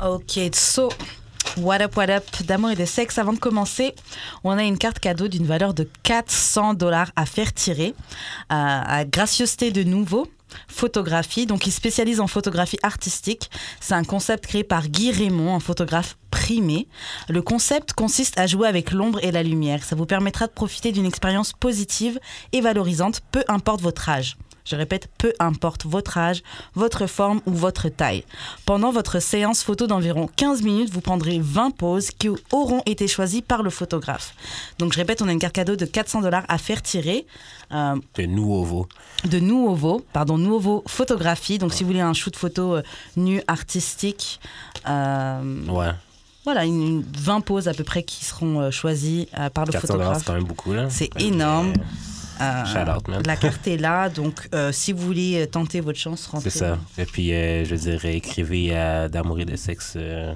OK, so, what up, what up, d'amour et de sexe. Avant de commencer, on a une carte cadeau d'une valeur de 400 dollars à faire tirer euh, à Gracieuseté de Nouveau. Photographie, donc il spécialise en photographie artistique. C'est un concept créé par Guy Raymond, un photographe primé. Le concept consiste à jouer avec l'ombre et la lumière. Ça vous permettra de profiter d'une expérience positive et valorisante, peu importe votre âge. Je répète, peu importe votre âge, votre forme ou votre taille. Pendant votre séance photo d'environ 15 minutes, vous prendrez 20 poses qui auront été choisies par le photographe. Donc je répète, on a une carte cadeau de 400 dollars à faire tirer euh, De nouveau. de Nuovo, pardon, Nuovo Photographie. Donc si vous voulez un shoot photo euh, nu artistique, euh, Ouais. voilà, une, une 20 poses à peu près qui seront euh, choisies euh, par le 400 dollars, photographe. c'est quand même beaucoup, là. C'est Fait que, énorme. euh, Euh, Shout out, man. la carte est là, donc euh, si vous voulez euh, tenter votre chance, rentrez. C'est ça. Et puis, euh, je dirais, écrivez à D'amour et de sexe euh,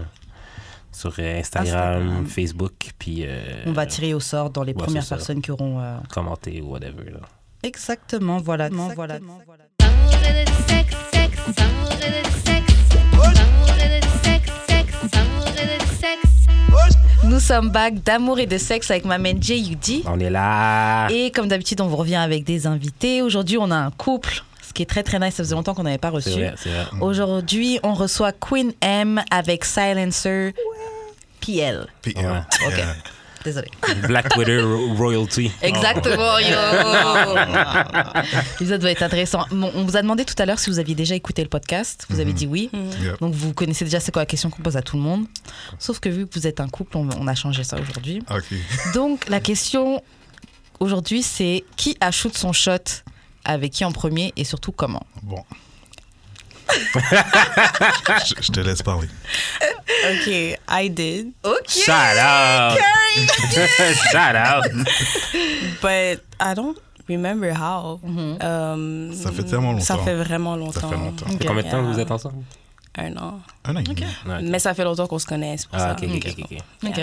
sur euh, Instagram, Instagram. Facebook, puis euh, On va tirer au sort dans les Ouais, premières c'est ça. personnes qui auront. euh, commentez ou whatever. là. Exactement, voilà. voilà. Vamos ver de sex, sex, vamos ver de sex. Vamos ver de sex, sex, vamos ver de sex. Nous sommes back d'amour et de sexe avec ma main J.U.D. On est là! Et comme d'habitude, on vous revient avec des invités. Aujourd'hui, on a un couple, ce qui est très très nice. Ça faisait longtemps qu'on n'avait pas C'est reçu. vrai, c'est vrai. Aujourd'hui, on reçoit Queen M avec Silencer PL. Puis, Ouais. euh, Ok. euh, Désolé. Black Twitter ro- royalty. Exactement, yo. L'épisode va être intéressant. Bon, on vous a demandé tout à l'heure si vous aviez déjà écouté le podcast. Vous avez dit oui. Yep. Donc vous connaissez déjà c'est quoi la question qu'on pose à tout le monde. Sauf que vu que vous êtes un couple, on, on a changé ça aujourd'hui. OK. Donc la question aujourd'hui, c'est qui a shoot son shot avec qui en premier et surtout comment Bon. je, je te laisse parler. Okay, I did. Ok. Shout out! Shout out! But I don't remember how. Mm-hmm. Um, Ça fait tellement Ça longtemps. fait vraiment longtemps. Ça fait longtemps. Ça fait combien de temps que vous êtes ensemble? Un an. Un an et demi. Ouais. Mais ça fait longtemps qu'on se connaît, c'est pour Ah, ça. ok, ok, ok. ok. Ok.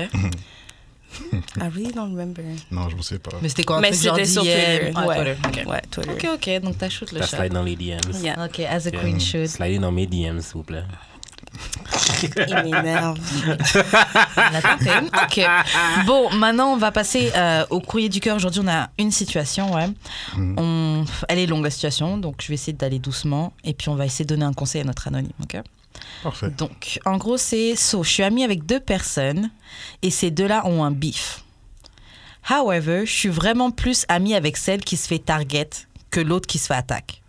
I really don't remember. Non, je me souviens pas. Mais c'était quoi un Mais truc genre c'était sur DM? Twitter. Ah, ouais. Twitter, ok. ouais, Ok, Twitter. ok, donc t'as shoot le Ça shot. slide dans les DMs. Yeah. Ok, as a queen shoot. Slidez dans mes DMs, s'il vous plaît. Il m'énerve. On a tenté. Ok. Bon, maintenant, on va passer euh, au courrier du cœur. Aujourd'hui, on a une situation, ouais. On... Elle est longue, la situation, donc je vais essayer d'aller doucement. Et puis, on va essayer de donner un conseil à notre anonyme, ok Parfait. Donc, en gros, c'est so, je suis amie avec deux personnes et ces deux-là ont un beef. However, je suis vraiment plus amie avec celle qui se fait target que l'autre qui se fait attaque.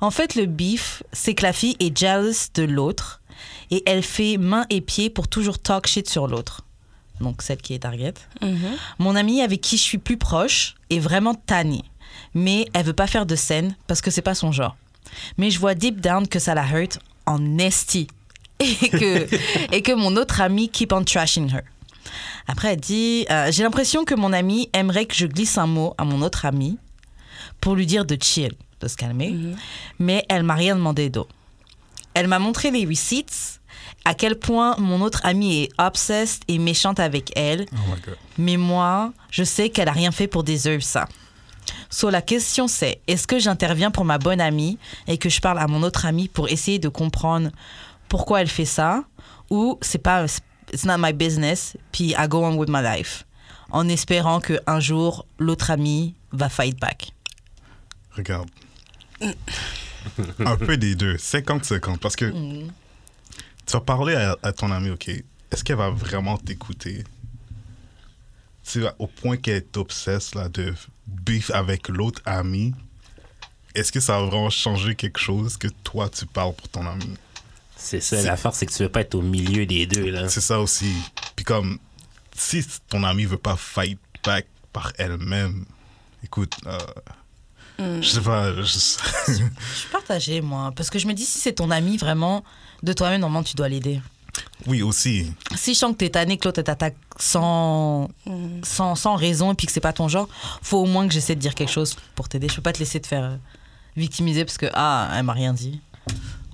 En fait, le beef, c'est que la fille est jealous de l'autre et elle fait main et pied pour toujours talk shit sur l'autre. Donc, celle qui est target. Mhm. Mon amie avec qui je suis plus proche est vraiment tannée, mais elle veut pas faire de scène parce que c'est pas son genre. Mais je vois deep down que ça la hurt en esti et que et que mon autre amie keep on trashing her. Après elle dit euh, j'ai l'impression que mon amie aimerait que je glisse un mot à mon autre amie pour lui dire de chill, de se calmer, mais elle m'a rien demandé d'eau. Elle m'a montré les receipts, à quel point mon autre amie est obsessed et méchante avec elle, Oh my God. mais moi, je sais qu'elle a rien fait pour déserve ça. So, la question c'est, est-ce que j'interviens pour ma bonne amie et que je parle à mon autre amie pour essayer de comprendre pourquoi elle fait ça ou c'est pas, it's not my business, puis I go on with my life en espérant que un jour l'autre amie va fight back. Regarde. un peu des deux. 50-50. Parce que tu vas parler à, à ton ami, OK? Est-ce qu'elle va vraiment t'écouter? Tu vois, au point qu'elle t'obsesse là, de beef avec l'autre ami, est-ce que ça va vraiment changer quelque chose que toi, tu parles pour ton ami? C'est ça, C'est- la force, c'est que tu veux pas être au milieu des deux, là. C'est ça aussi. Puis comme, si ton ami veut pas fight back par elle-même, écoute, euh, je sais pas, je- Je suis partagée moi parce que je me dis si c'est ton ami vraiment de toi-même normalement tu dois l'aider. oui aussi, si je sens que t'es tanné que l'autre elle t'attaque sans, sans, sans raison et puis que c'est pas ton genre, faut au moins que j'essaie de dire quelque chose pour t'aider. Je peux pas te laisser te faire euh, victimiser parce que ah, elle m'a rien dit.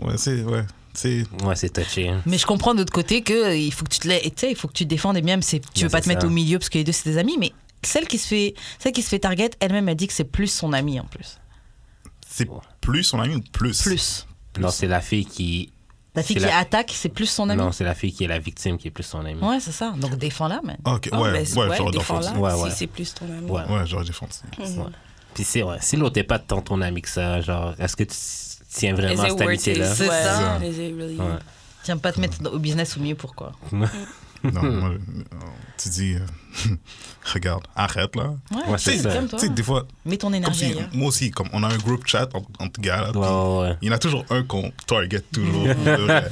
ouais, c'est, ouais, c'est, Ouais, c'est touché. hein. Mais je comprends de l'autre côté que euh, il faut que tu te laies- tu sais, il faut que tu te défendes et même c'est tu Ouais, veux pas c'est te mettre ça. au milieu parce que les deux c'est des amis mais celle qui se fait celle qui se fait target, elle-même elle dit que c'est plus son ami en plus. c'est plus son ami ou plus? Plus. Non, c'est la fille qui La fille C'est qui la- attaque, c'est plus son amie. Non, c'est la fille qui est la victime qui est plus son amie. Ouais, c'est ça. Donc défends-la, mais. Ok, Ah, ouais, ben, ouais, genre défends-la, défense. Ouais, ouais. Si c'est plus ton ami. Ouais. Ouais, genre défense. Ouais. Puis c'est ouais, si l'autre n'est pas tant ton ami que ça, genre, est-ce que tu tiens vraiment cette amitié-là? C'est ça. Is it really- Ouais. Tiens, pas te mettre au business au milieu, pourquoi Non, moi, euh, tu dis, euh, regarde, arrête là. Ouais, Ouais, c'est tu sais, ça. calme-toi. Tu sais, des fois, Mets ton comme énergie hein. si, ailleurs. moi aussi, comme on a un groupe chat entre, entre gars là, Ouais, puis ouais, ouais. il y en a toujours un qu'on target toujours. pour de vrai.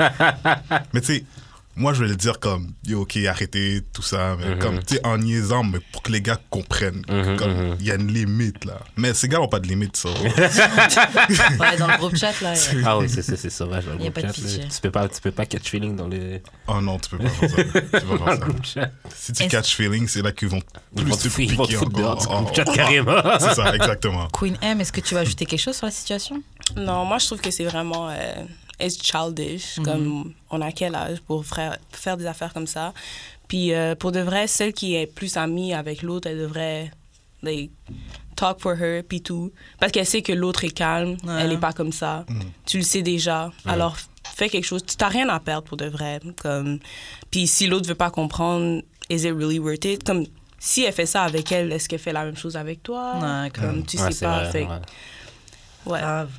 mais tu sais, moi je vais le dire comme, yo, ok, arrêtez tout ça, Mhm. mais comme, tu sais, en niaisant, mais pour que les gars comprennent, comme, mhm. il y a une limite là. Mais ces gars n'ont pas de limite, ça. Ouais, dans le groupe chat, là. ouais. Ah oui, c'est ça, c'est sauvage. dans le Y a groupe pas de chat, pitié. là. Tu peux pas, tu peux pas catch feeling dans le, oh non, tu peux pas faire ça. Tu peux dans le pas faire ça. groupe chat. Si tu Est-ce- catch feeling, c'est là qu'ils vont Ils plus vont te te foutre- ils vont te piquer foutre dehors du encore. groupe chat Oh, oh, carrément. oh. C'est ça, exactement. Queen M, est-ce que tu vas ajouter quelque chose sur la situation Non, moi, je trouve que c'est vraiment. euh, it's Mhm. childish. Comme, on a quel âge pour faire, faire des affaires comme ça? Puis, euh, pour de vrai, celle qui est plus amie avec l'autre, elle devrait. Like, talk for her, puis tout. Parce qu'elle sait que l'autre est calme, Ouais. elle n'est pas comme ça. Mhm. Tu le sais déjà. Alors, fais quelque chose. Tu n'as rien à perdre pour de vrai. Comme... Puis, si l'autre veut pas comprendre, is it really worth it? Comme, si elle fait ça avec elle, est-ce qu'elle fait la même chose avec toi? Ouais, Comme, tu Ouais, sais c'est pas. vrai, fait que- ouais. ouais. Grave.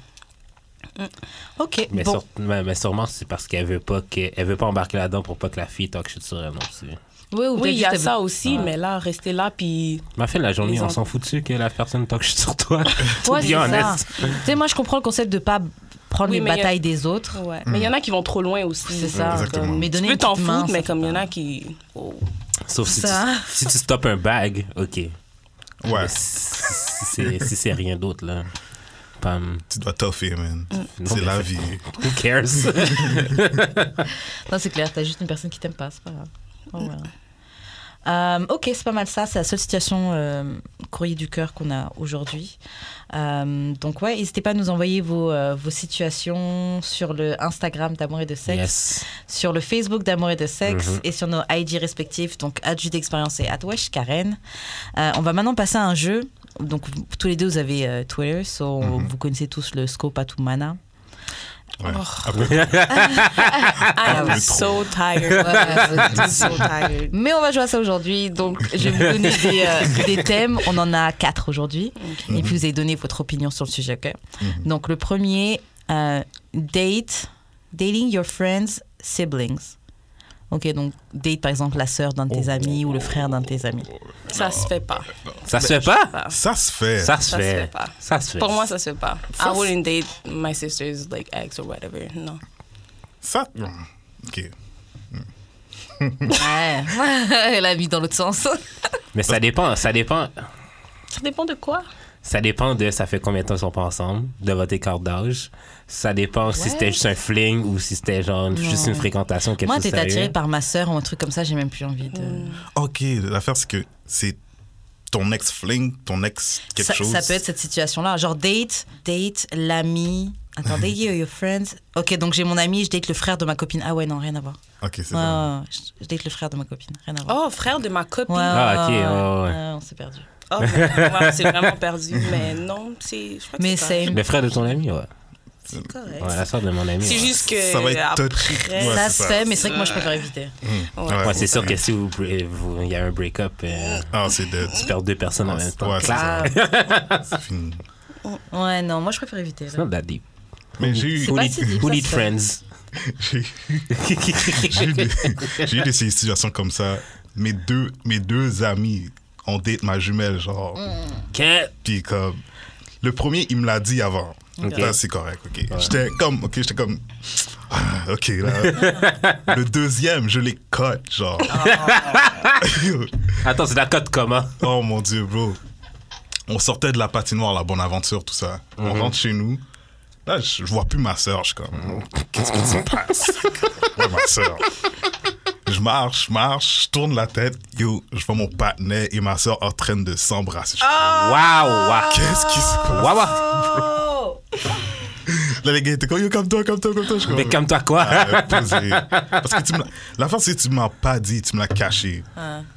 Ok, mais, bon. sur- mais, mais sûrement, c'est parce qu'elle veut pas que, elle veut pas embarquer là-dedans pour pas que la fille talk shit sur elle non plus. Ouais, ou peut-être Oui, il y a juste- ça aussi, mais là, rester là, puis... Mais à la fin de la journée, Les on autres. s'en fout dessus que la personne talk shit sur toi. To Ouais, be c'est ça. honest. Tu sais, moi, je comprends le concept de pas prendre Oui, les mais y a- batailles des autres. Ouais. Mais il y en a qui vont trop loin aussi. C'est ça. Exactement. comme- Mm. Mais Tu donner peux une t'en petite main, foutre, ça mais fait comme il y en pas. a qui... oh. Sauf si tu, Ça. si tu stoppes un bag, ok. Ouais, Mais Si c'est si c'est rien d'autre, là. Pam. tu dois toffer, man. Mm. Non, C'est mais la c'est- vie. Who cares? Non, c'est clair, t'as juste une personne qui t'aime pas, c'est pas grave. Mm. Oh, ouais. Euh, ok, c'est pas mal ça. C'est la seule situation euh, courrier du cœur qu'on a aujourd'hui. Euh, donc ouais, n'hésitez pas à nous envoyer vos, euh, vos situations sur le Instagram d'amour et de sexe, yes. sur le Facebook d'amour et de sexe et sur nos IG respectifs, donc adjus d'expérience et atwesh Karen. Euh, on va maintenant passer à un jeu. Donc vous- tous les deux vous avez euh, Twitter, so vous connaissez tous le scope à tout mana. Ouais. Ah, I'm oui, so tired. I'm so tired. Mais on va jouer à ça aujourd'hui, donc je vais vous donner des, euh, des thèmes. On en a quatre aujourd'hui. Et puis vous allez donner votre opinion sur le sujet. ok Donc le premier, euh, date, dating your friends, siblings. Ok, donc date par exemple la sœur d'un de tes amis ou le frère d'un de tes amis. Ça se fait pas. Ça Ben, se fait pas? Ça se fait. Ça se Ça se fait fait. pas. Ça se fait. Pour moi, ça se fait pas. I Ça se- wouldn't date my sister's like ex or whatever. Non. Ça. Ok. Ouais, elle a mis dans l'autre sens. Mais ça dépend, ça dépend, Ça dépend de quoi? ça dépend de ça fait combien de temps ils sont pas ensemble, de votre écart d'âge. Ça dépend si c'était juste un fling ou si c'était genre juste une fréquentation quelque Moi, chose. t'es attirée par ma sœur ou un truc comme ça, j'ai même plus envie de. Ok, l'affaire, c'est que c'est ton ex fling, ton ex quelque ça, chose. ça peut être cette situation-là. Genre date, date, l'ami. Attendez, you, your friends. Ok, donc j'ai mon ami, je date le frère de ma copine. Ah ouais, non, rien à voir. Ok, c'est Ouais, ça. ouais, ouais, je, je date le frère de ma copine, rien à voir. Oh, frère de ma copine. Ouais, Ah, ouais, ok, ouais, ouais. Ouais, on s'est perdu. Oh, mais- ouais, c'est vraiment perdu. Mais non, c'est... Je crois que Mais c'est same. Le frère de ton ami, ouais. correct. correct. Ouais, la soeur de mon ami. C'est ouais. juste que Ça va être après, touchy. Ouais, ça c'est se ça. fait, mais c'est vrai que moi je préfère éviter. Ouais, Ouais, c'est sûr que si vous, vous- il y a un break-up, euh, Ah, c'est dead. tu perds deux personnes en Ouais, même temps. ouais, c'est Ah. ça. C'est fini. Ah. Ouais, non, moi je préfère éviter. It's not that deep. Mais j'ai eu, C'est Who pas need, si deep, who ça need se fait. friends? j'ai j'ai eu, des, j'ai eu des situations comme ça. Mes deux, mes deux amis ont date ma jumelle, genre. Mm. Que- Puis comme le premier, il me l'a dit avant. Ok. Là, c'est correct, ok. J'étais comme, ok, j'étais comme, ah, ok là. le deuxième, je l'ai cut, genre. Ah, Attends, c'est la cote comment? oh mon dieu, bro. On sortait de la patinoire, la bonne aventure, tout ça. On Mhm. rentre chez nous. Là, je je vois plus ma soeur. Je suis comme, qu'est-ce qui se passe? Où est ma soeur. Je marche, je marche, je tourne la tête. Yo, je vois mon patinet et ma soeur en train de s'embrasser. Je suis Ah! comme, Wow! wow. Qu'est-ce qui se passe? Wow, wow. Oh. Là, les gars étaient comme, yo, comme toi, comme toi, comme toi. Je suis comme, Ah, Mais comme toi, quoi? à poser. Parce que tu me l'as- l'affaire, c'est que tu m'as pas dit, tu me l'as caché.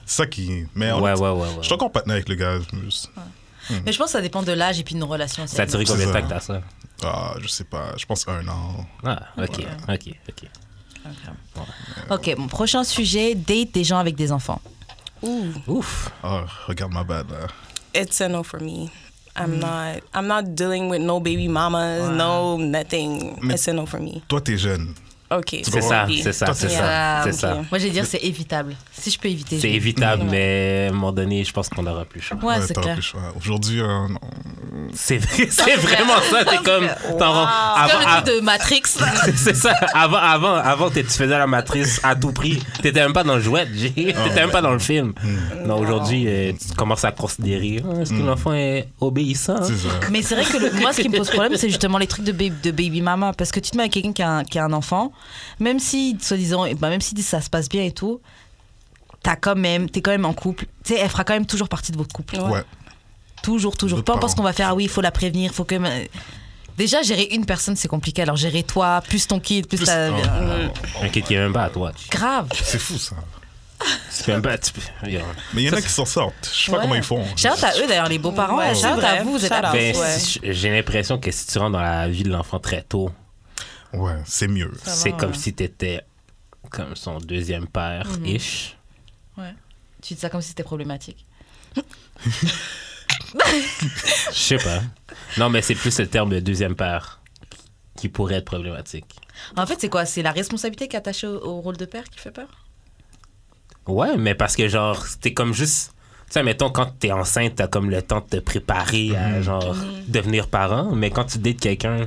C'est ça qui. Mais on- Ouais, ouais, ouais, ouais. Je suis encore partenaire avec le gars. mais je- Mais je pense que ça dépend de l'âge et puis de nos relations. aussi Ça a avec duré C'est combien de ça. temps que t'as ça? Ah, je sais pas, je pense un an. Ah, ok, ok, ok. Ok, mon prochain sujet, date des gens avec des enfants. Ooh, Ouf. Ah, regarde ma bad là. it's a no for me. I'm Mm. not. I'm not dealing with no baby mamas, no nothing. Mais- it's a no for me. Toi, t'es jeune. Okay, C'est ça, c'est ça, Toi, ça, c'est ça, c'est c'est Ah, ok. ça. Moi, je vais dire c'est évitable. Si je peux éviter. je C'est vais- évitable, mais à un moment donné, je pense qu'on aura plus chaud. Ouais, c'est t'auras clair. plus le choix. Aujourd'hui, euh, non. C'est vrai- c'est vraiment ça, c'est comme... t'en rends- Ah C'est bah, comme avant- le av- truc de Matrix. là. C'est- C'est ça. Avant, avant, avant t'es- tu faisais la matrice à tout prix. T'étais même pas dans le jouet, Jay. Ah, T'étais même pas dans le film. Hmm. Donc aujourd'hui, euh, tu commences à considérer Ah, est-ce que l'enfant est Oh. obéissant hein? c'est ça. Mais c'est vrai que le- moi, ce qui me pose problème, c'est justement les trucs de, baby- de baby mama. Parce que tu te mets avec quelqu'un qui a un, qui a un enfant, même si, soi-disant, eh ben, même si ça se passe bien et tout, t'as quand même, t'es quand même en couple. Tu sais, elle fera quand même toujours partie de votre couple. Ouais. Ouais. Toujours, toujours. D'autres Peu importe parents. ce qu'on va faire, ah oui, il faut la prévenir, faut que. euh, Déjà, gérer une personne, c'est compliqué. Alors, gérer toi, plus ton kid, plus, Plus- ta. oh, oh, oh, Un kid qui est même pas à toi. Tu Grave. C'est fou ça. tu peux même pas. tu peux- Yo. Mais il y en a Ça, qui s'en sortent. Je sais pas Ouais. comment ils font. hein. Shout à eux d'ailleurs, les beaux-parents. Ouais, Shout c'est à vrai. vous, vous êtes Shout à out. Ben, Ouais. si- j'ai l'impression que si tu rentres dans la vie de l'enfant très tôt, Ouais, c'est mieux. Ça c'est va, comme ouais. Mhm. si t'étais comme son deuxième père ish. Tu dis ça comme si c'était problématique. Je sais pas. Non, mais c'est plus le terme de deuxième père qui pourrait être problématique. En fait, c'est quoi C'est la responsabilité qui est attachée au, au rôle de père qui fait peur Ouais, mais parce que genre, t'es comme juste. Tu sais, mettons, quand t'es enceinte, t'as comme le temps de te préparer à genre Mhm. devenir parent. Mais quand tu dates quelqu'un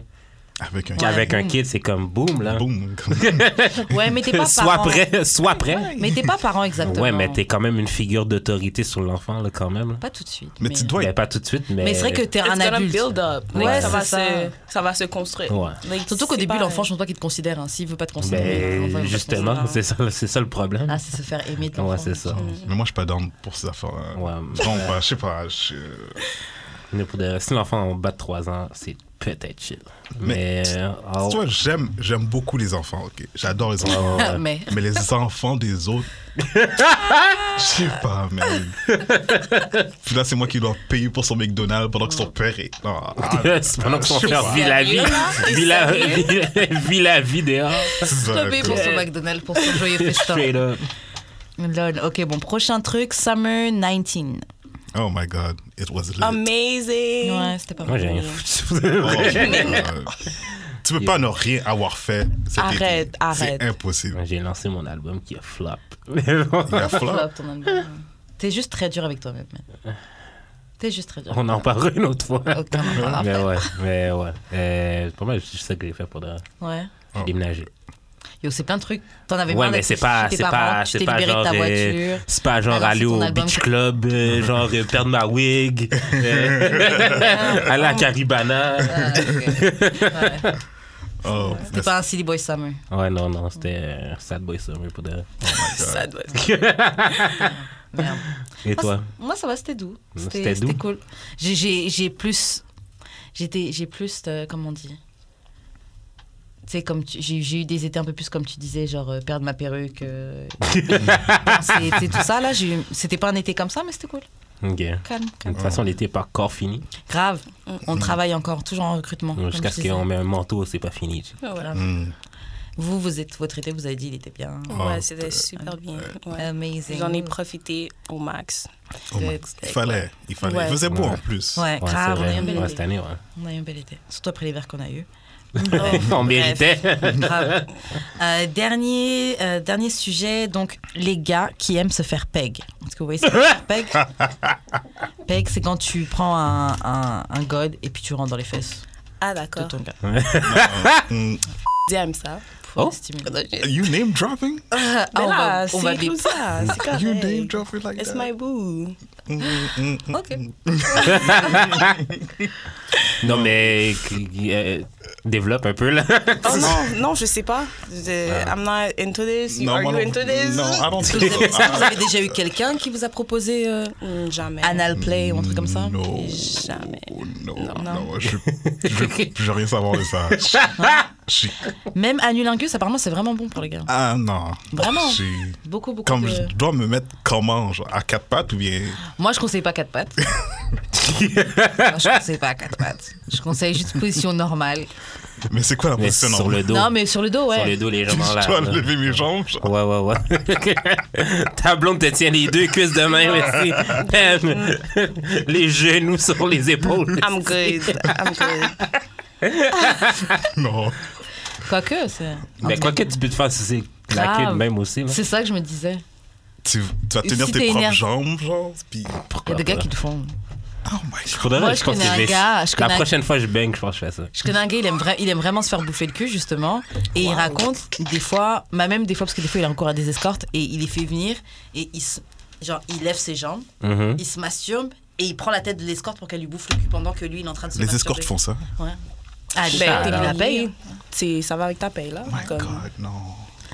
Avec un qui- avec un kid, c'est comme boum là. Boum. Ouais, mais Mhm. t'es pas Sois parent. prêt, sois prêt. Mais t'es pas parent exactement. Ouais, mais t'es quand même une figure d'autorité sur l'enfant là, quand même. là. Pas tout de suite. Mais tu dois Mais être. pas tout de suite, mais. Mais c'est vrai que t'es It's un gonna adulte. build up. Like, Ouais, ça, va c'est ça. Se, ça va se construire. Ouais. Like, Surtout qu'au c'est déput, pas- l'enfant, je pense pas qu'il te considère. hein. S'il veut pas te considérer. l'enfant, il veut pas Ben, te justement, considérer. c'est ça, c'est ça le problème. Ah, c'est se faire aimer de l'enfant. Ouais, c'est ça. Mais moi, je suis pas down pour ces affaires-là. Ouais. Non, bah, je sais pas. je- Mais pour de- Si l'enfant en bas de 3 ans, c'est peut-être chill. Mais. Mais oh, Tu vois, j'aime, j'aime beaucoup les enfants, ok? J'adore les enfants. Ah, euh, mais Mais les enfants des autres. Je sais pas, man. Puis là, c'est moi qui dois payer pour son McDonald's pendant que son Mm. père est. Non, ah, c'est pendant que son je sais frère pas. vit la vie, vit la, vit- vit la vie dehors. c'est ça, Stopé quoi. pour son McDonald's, pour son joyeux festin. Straight up. Lol. Ok, bon, prochain truc, Summer 19. Oh my god, it was lit. Amazing. Ouais, c'était pas Moi, mal. j'ai rien foutu. Oh my God. Tu peux pas ne rien avoir fait. cet Arrête, été. arrête. C'est impossible. J'ai lancé mon album qui a flop. Mais bon, Il y a flop. Flop, ton album. T'es juste très dur avec toi-même. man. T'es juste très dur. on en parlera une autre fois. Ok, on en parlera Mais ouais, mais ouais. Euh, c'est pas mal, c'est ça que j'ai fait pour de vrai. Ouais. J'ai déménagé. Yo, c'est plein de trucs. T'en avais Ouais, marre mais d'être c'est pas, chez c'est tes parents, pas, tu c'est t'es pas libéré de genre, ta euh, voiture. c'est pas genre Alors, aller c'est ton au album beach que- club, euh, genre euh, perdre ma wig, euh, aller à Caribana. Ah, ok. Ouais. Oh, T'es pas un silly boy summer. Ouais, non, non, c'était euh, Sad Boy Summer pour de vrai. Ça doit être- Merde. Et Moi, toi? c- Moi, ça va, c'était doux. Non, c'était doux. C'était cool. J'ai- J'ai j'ai plus. J'étais. J'ai plus. euh, comment on dit Tu sais, comme tu- j'ai j'ai eu des étés un peu plus comme tu disais, genre euh, perdre ma perruque, euh, danser, tu sais, tout ça là. j'ai eu- C'était pas un été comme ça, mais c'était cool. Ok. Calme, De calme. toute façon, l'été n'est pas encore fini. Grave. On travaille encore, toujours en recrutement. comme Jusqu'à je ce disais. qu'on met un manteau, c'est pas fini. Ouais, Mm. Vous, vous êtes votre été, vous avez dit, il était bien. Ouais, c'était super bien. Ouais. Amazing. J'en ai profité au max. Oh my- Il fallait, il fallait. Ouais. Il faisait beau Ouais. en plus. Ouais, Ouais, c'est Ben, grave. On a, eu vrai. un bel Ouais, été. cette année, ouais. on a eu un bel été. Surtout après les verres qu'on a eu. On méritait. Grave. Euh, dernier, euh, dernier sujet, donc les gars qui aiment se faire peg. Est-ce que vous voyez ce que c'est, peg Peg, c'est quand tu prends un, un, un god et puis tu rentres dans les fesses Ah, de d'accord. ton gars. Mm. J'aime ça. Pour Oh. le stimuler. You name dropping? Ah, Mais on va, là, on va c'est tout bip. ça. C'est You name correct. dropping like It's that? my boo. Mm, mm, mm. Ok. Non, mais euh, développe un peu, là. Oh non, non, je sais pas. Je- Ah. I'm not into this. You- Non, Are moi you non- into this? Non, I don't Est-ce que think vous so. avez, est-ce que vous avez déjà eu quelqu'un qui vous a proposé euh, Mm, Jamais. anal play ou un truc comme ça No. Jamais. Oh, non, non, je, je, je veux rien savoir de ça. J'ai- Même Anulingus, apparemment, c'est vraiment bon pour les gars. Ah non. Vraiment? J'ai- Beaucoup, beaucoup Comme de- je dois me mettre comment genre, À quatre pattes ou bien. Moi, je conseille pas quatre pattes. Moi, je conseille pas quatre pattes. Je conseille juste position normale. Mais c'est quoi la Mais position sur normale? le dos. Non, mais sur le dos, ouais. Sur le dos, les jambes en Je l'air. dois là. lever mes jambes. genre. Ouais, ouais, ouais. Ta blonde te tient les deux cuisses de main, merci. Bam. les genoux sur les épaules. Ah, I'm good. I'm good. Non. Quoique, c'est. Mais quoi que tu peux te faire, c'est claquer de Grave. même aussi. là. C'est ça que je me disais. Tu, tu vas Et tenir si tes t'es propres énervé- jambes, genre. Puis. Il y a des gars qui le font. Oh my god. Pour de vrai, Moi, je pense connais que un vais- gars, je connais La un- prochaine fois, je bang, je pense que je fais ça. Je connais un gars, il aime, vra- il aime vraiment se faire bouffer le cul, justement. Et il raconte des fois, ma même des fois, parce que des fois, il a encore à des escortes, et il les fait venir, et il, se- genre, il lève ses jambes, Mhm. il se masturbe, et il prend la tête de l'escorte pour qu'elle lui bouffe le cul pendant que lui, il est en train de se Les masturber. escortes font ça. Ah, ben, Ben, t'es t'es la paye. payé. C'est- Ça va avec ta paye, là. Oh my comme, god, non.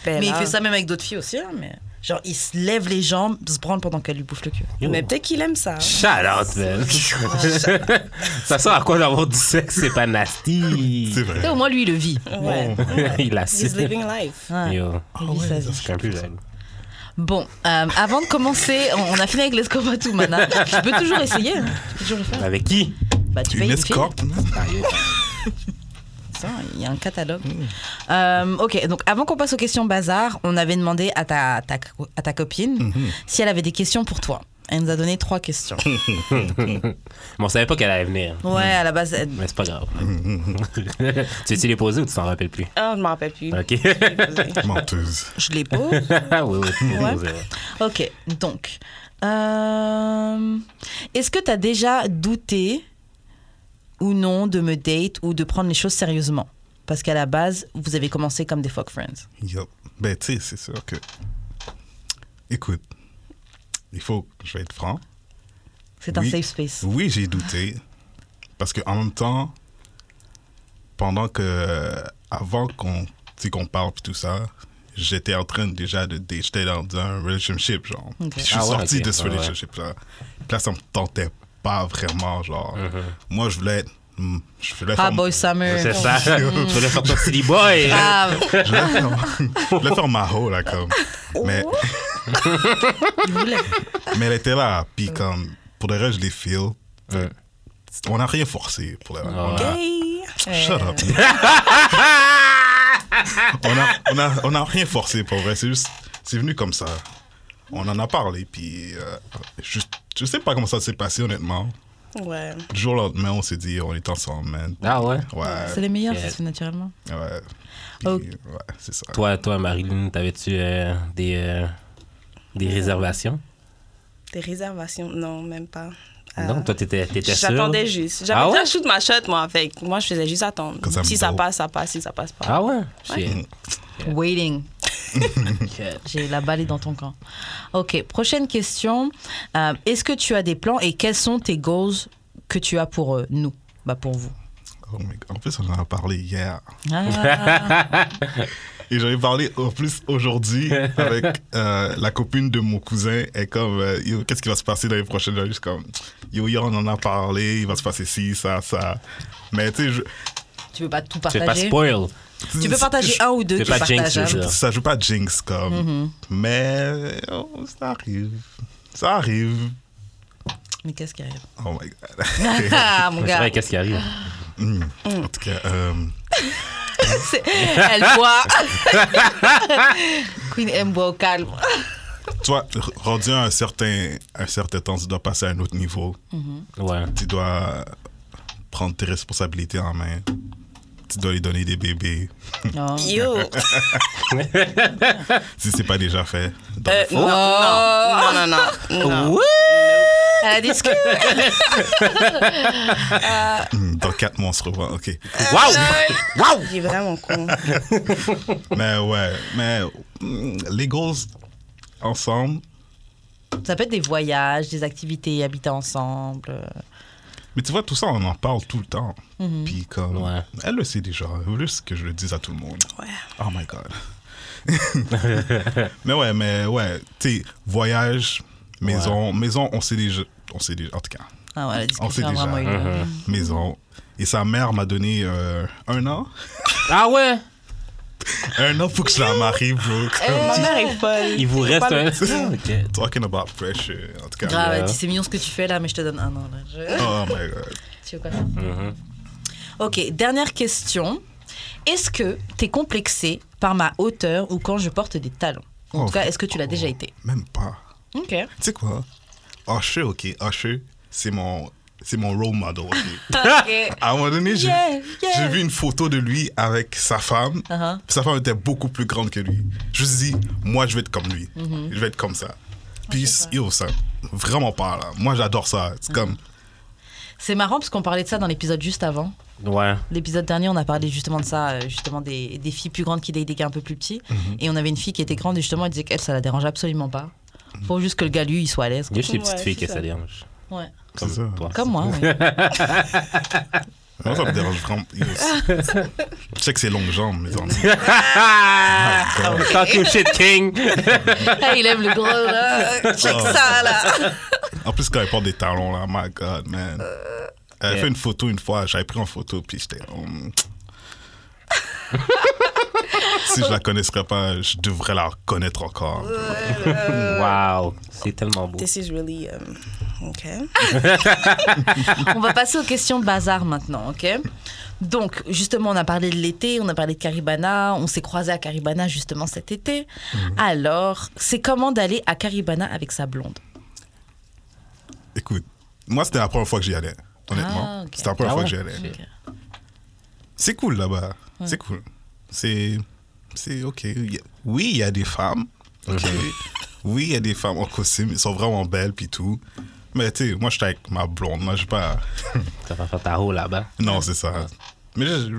paye, Mais il là. fait ça même avec d'autres filles aussi, hein, mais genre, il se lève les jambes, se branle pendant qu'elle lui bouffe le cul. Yo. Mais peut-être qu'il aime ça. Shout out, man. ça sert à quoi d'avoir du sexe, c'est pas nasty. C'est vrai. Et au moins, lui, il le vit. Ouais. Il a He's living life. Ouais. Yo, Ah, Il vit sa vie. Ah je suis un peu jaloux. Bon, euh, avant de commencer, on, on a fini avec l'escobatou, Mana. Tu peux toujours essayer, hein. tu peux toujours le faire. Avec qui Bah, tu Une payes fille. escorte, non? Ah, yo. Ça, il y a un catalogue. Euh, ok, donc avant qu'on passe aux questions bazar, on avait demandé à ta, ta- à ta copine Mhm. si elle avait des questions pour toi. Elle nous a donné trois questions. Mais on savait pas qu'elle allait venir. Ouais, à la base, elle- Mais c'est pas grave. tu veux-tu les poser ou tu t'en rappelles plus? Ah, je m'en rappelle plus. Ok. Menteuse. je les pose. Ah oui, oui, tu peux Ouais. poser, ouais. Ok, donc. euh, Est-ce que tu as déjà douté ou non de me date ou de prendre les choses sérieusement Parce qu'à la base, vous avez commencé comme des fuck friends. Yup. Ben, tu sais, c'est sûr que. Écoute, il faut. Je vais être franc. C'est Oui. un safe space. Oui, j'ai douté. Parce qu'en même temps, pendant que. Avant qu'on tu sais, qu'on parle et tout ça, j'étais en train déjà de. dé- J'étais dans un relationship, genre. Ok. Puis je suis Ah ouais, sorti ok. de ce Ouais, ouais. relationship-là. Puis là, ça me tentait pas vraiment, genre. Uh-huh. Moi, je voulais être. hmm, Je voulais Ah, faire- boy summer. Euh, C'est ça. Tu voulais faire ton silly boy. hein? Ah, Je voulais faire- je voulais faire ma ho, là, comme. Oh. Mais. il voulait. Mais elle était là. Puis comme, pour de vrai, je les feel. Ouais. On n'a rien forcé pour de vrai. Ah, On a- Hey. Shut up. Euh. on n'a on a, on a rien forcé pour vrai. C'est juste, c'est venu comme ça. On en a parlé. Puis euh, je, je sais pas comment ça s'est passé honnêtement. Ouais. Du jour au lendemain, on s'est dit, on est ensemble, man. Ah ouais. Ouais, C'est les meilleurs, Yeah. ça se fait naturellement. ouais. Puis, Ok. ouais, c'est ça. Toi, toi, Marilyn, t'avais-tu euh, des, euh, des réservations? Des réservations? Non, même pas. Euh, Ah. Non, toi, t'étais, t'étais sûre? J'attendais juste. J'avais Ah ouais? déjà shoot ma shot, moi, avec. Moi, je faisais juste attendre. Cause I'm Si ça dope. passe, ça passe. Si ça passe pas. Ah ouais? Shit. Waiting. J'ai la balle est dans ton camp. Ok, prochaine question. Euh, Est-ce que tu as des plans et quels sont tes goals que tu as pour euh, nous Bah pour vous. Oh my God. En plus, on en a parlé hier. Ah, Et j'en ai parlé en plus aujourd'hui avec euh, la copine de mon cousin. Elle est comme, euh, Yo, qu'est-ce qui va se passer dans les prochaines années? Je suis comme, yo, yo, on en a parlé, il va se passer ci, ça, ça. Mais tu sais, je- tu peux pas tout Tu fais pas partager. spoil. Tu peux partager un ou deux. Tu qui fais pas jinx, partagent. je veux dire. Ça joue pas à Jinx, comme. Mais oh, ça arrive. Ça arrive. Mais qu'est-ce qui arrive Oh my God. Ah mon C'est gars, vrai, qu'est-ce qui arrive? en tout cas, euh, c'est- elle boit. Queen M boit au calme. toi, r- rendu à un certain, un certain temps, tu dois passer à un autre niveau. Ouais. Euh, tu dois prendre tes responsabilités en main. Tu dois lui donner des bébés, Non. Yo! si c'est pas déjà fait. Donc, Euh, non, non, non, non, non, non. Elle a dit ce que- hmm, dans quatre mois, on se revoit, ok. Wow! Wow! Il est vraiment con. mais ouais, mais hmm, les goals ensemble. Ça peut être des voyages, des activités, habiter ensemble. euh, Mais tu vois, tout ça, on en parle tout le temps. Mhm. Puis comme, Ouais. elle le sait déjà. Elle veut juste que je le dise à tout le monde. Ouais. Oh my God. mais ouais, mais ouais, tu sais, voyage, maison, maison, on sait déjà, on sait déjà, en tout cas, Ah ouais, la on sait discussion a déjà. Mhm. vraiment eu lieu. Maison. Et sa mère m'a donné euh, un an. Ah ouais? Un an pour que je la marie, bro. Ma mère est folle. Il vous reste Pas un. le- Ok. Talking about pressure, en tout cas. Grave, elle ouais. dit, c'est mignon ce que tu fais là, mais je te donne un an. là. Je- Oh my god. Tu veux quoi faire Mhm. Ok, dernière question. Est-ce que t'es complexé par ma hauteur ou quand je porte des talons En Oh. tout cas, est-ce que tu l'as déjà été Même pas. Ok. Tu sais quoi? Usher, ok. Usher, c'est mon, c'est mon role model, ok. À un moment donné, j'ai Yeah, yeah. j'ai vu une photo de lui avec sa femme. Uh-huh. Sa femme était beaucoup plus grande que lui. Je me suis dit, moi, je vais être comme lui. Mm-hmm. Je vais être comme ça. Puis, yo, ça, vraiment pas, là. Moi, j'adore ça. C'est comme, Mm-hmm. C'est marrant parce qu'on parlait de ça dans l'épisode juste avant. Ouais. L'épisode dernier, on a parlé justement de ça, euh, justement des, des filles plus grandes qui datent des gars un peu plus petits. Et on avait une fille qui était grande et justement elle disait qu'elle, ça la dérange absolument pas. Faut juste que le gars, lui, il soit à l'aise. quoi. Juste les petites Ouais, filles c'est qui ça. ça dérange. Ouais. C'est Comme ça. toi. Comme moi. ouais. moi, ça me dérange vraiment. Yo, c'est- je sais que c'est longue jambe, mais on Ah! Talk your shit, King! Ah, il aime le gros là. Check ça là. Oh. En plus, quand elle porte des talons, là, my God, man. Elle a Euh, Yeah. fait une photo une fois, j'avais pris en photo, puis j'étais. hum. si je la connaisserais pas, je devrais la reconnaître encore. Euh. Euh. Wow! C'est tellement beau. This is really. um, OK. On va passer aux questions bazar maintenant, ok Donc, justement, on a parlé de l'été, on a parlé de Caribana, on s'est croisé à Caribana justement cet été. Alors, c'est comment d'aller à Caribana avec sa blonde Écoute, moi, c'était la première fois que j'y allais, honnêtement. Ah, ok. C'était la première Ah fois ouais? que j'y allais. C'est cool là-bas. C'est cool. C'est. C'est OK. Il y a- Oui, il y a des femmes. OK. Mhm. oui, il y a des femmes en costume. Elles sont vraiment belles, puis tout. Mais tu sais, moi, j'étais avec ma blonde. Moi, j'ai pas. Ça va faire ta roue là-bas. Non, c'est ça. Mais je-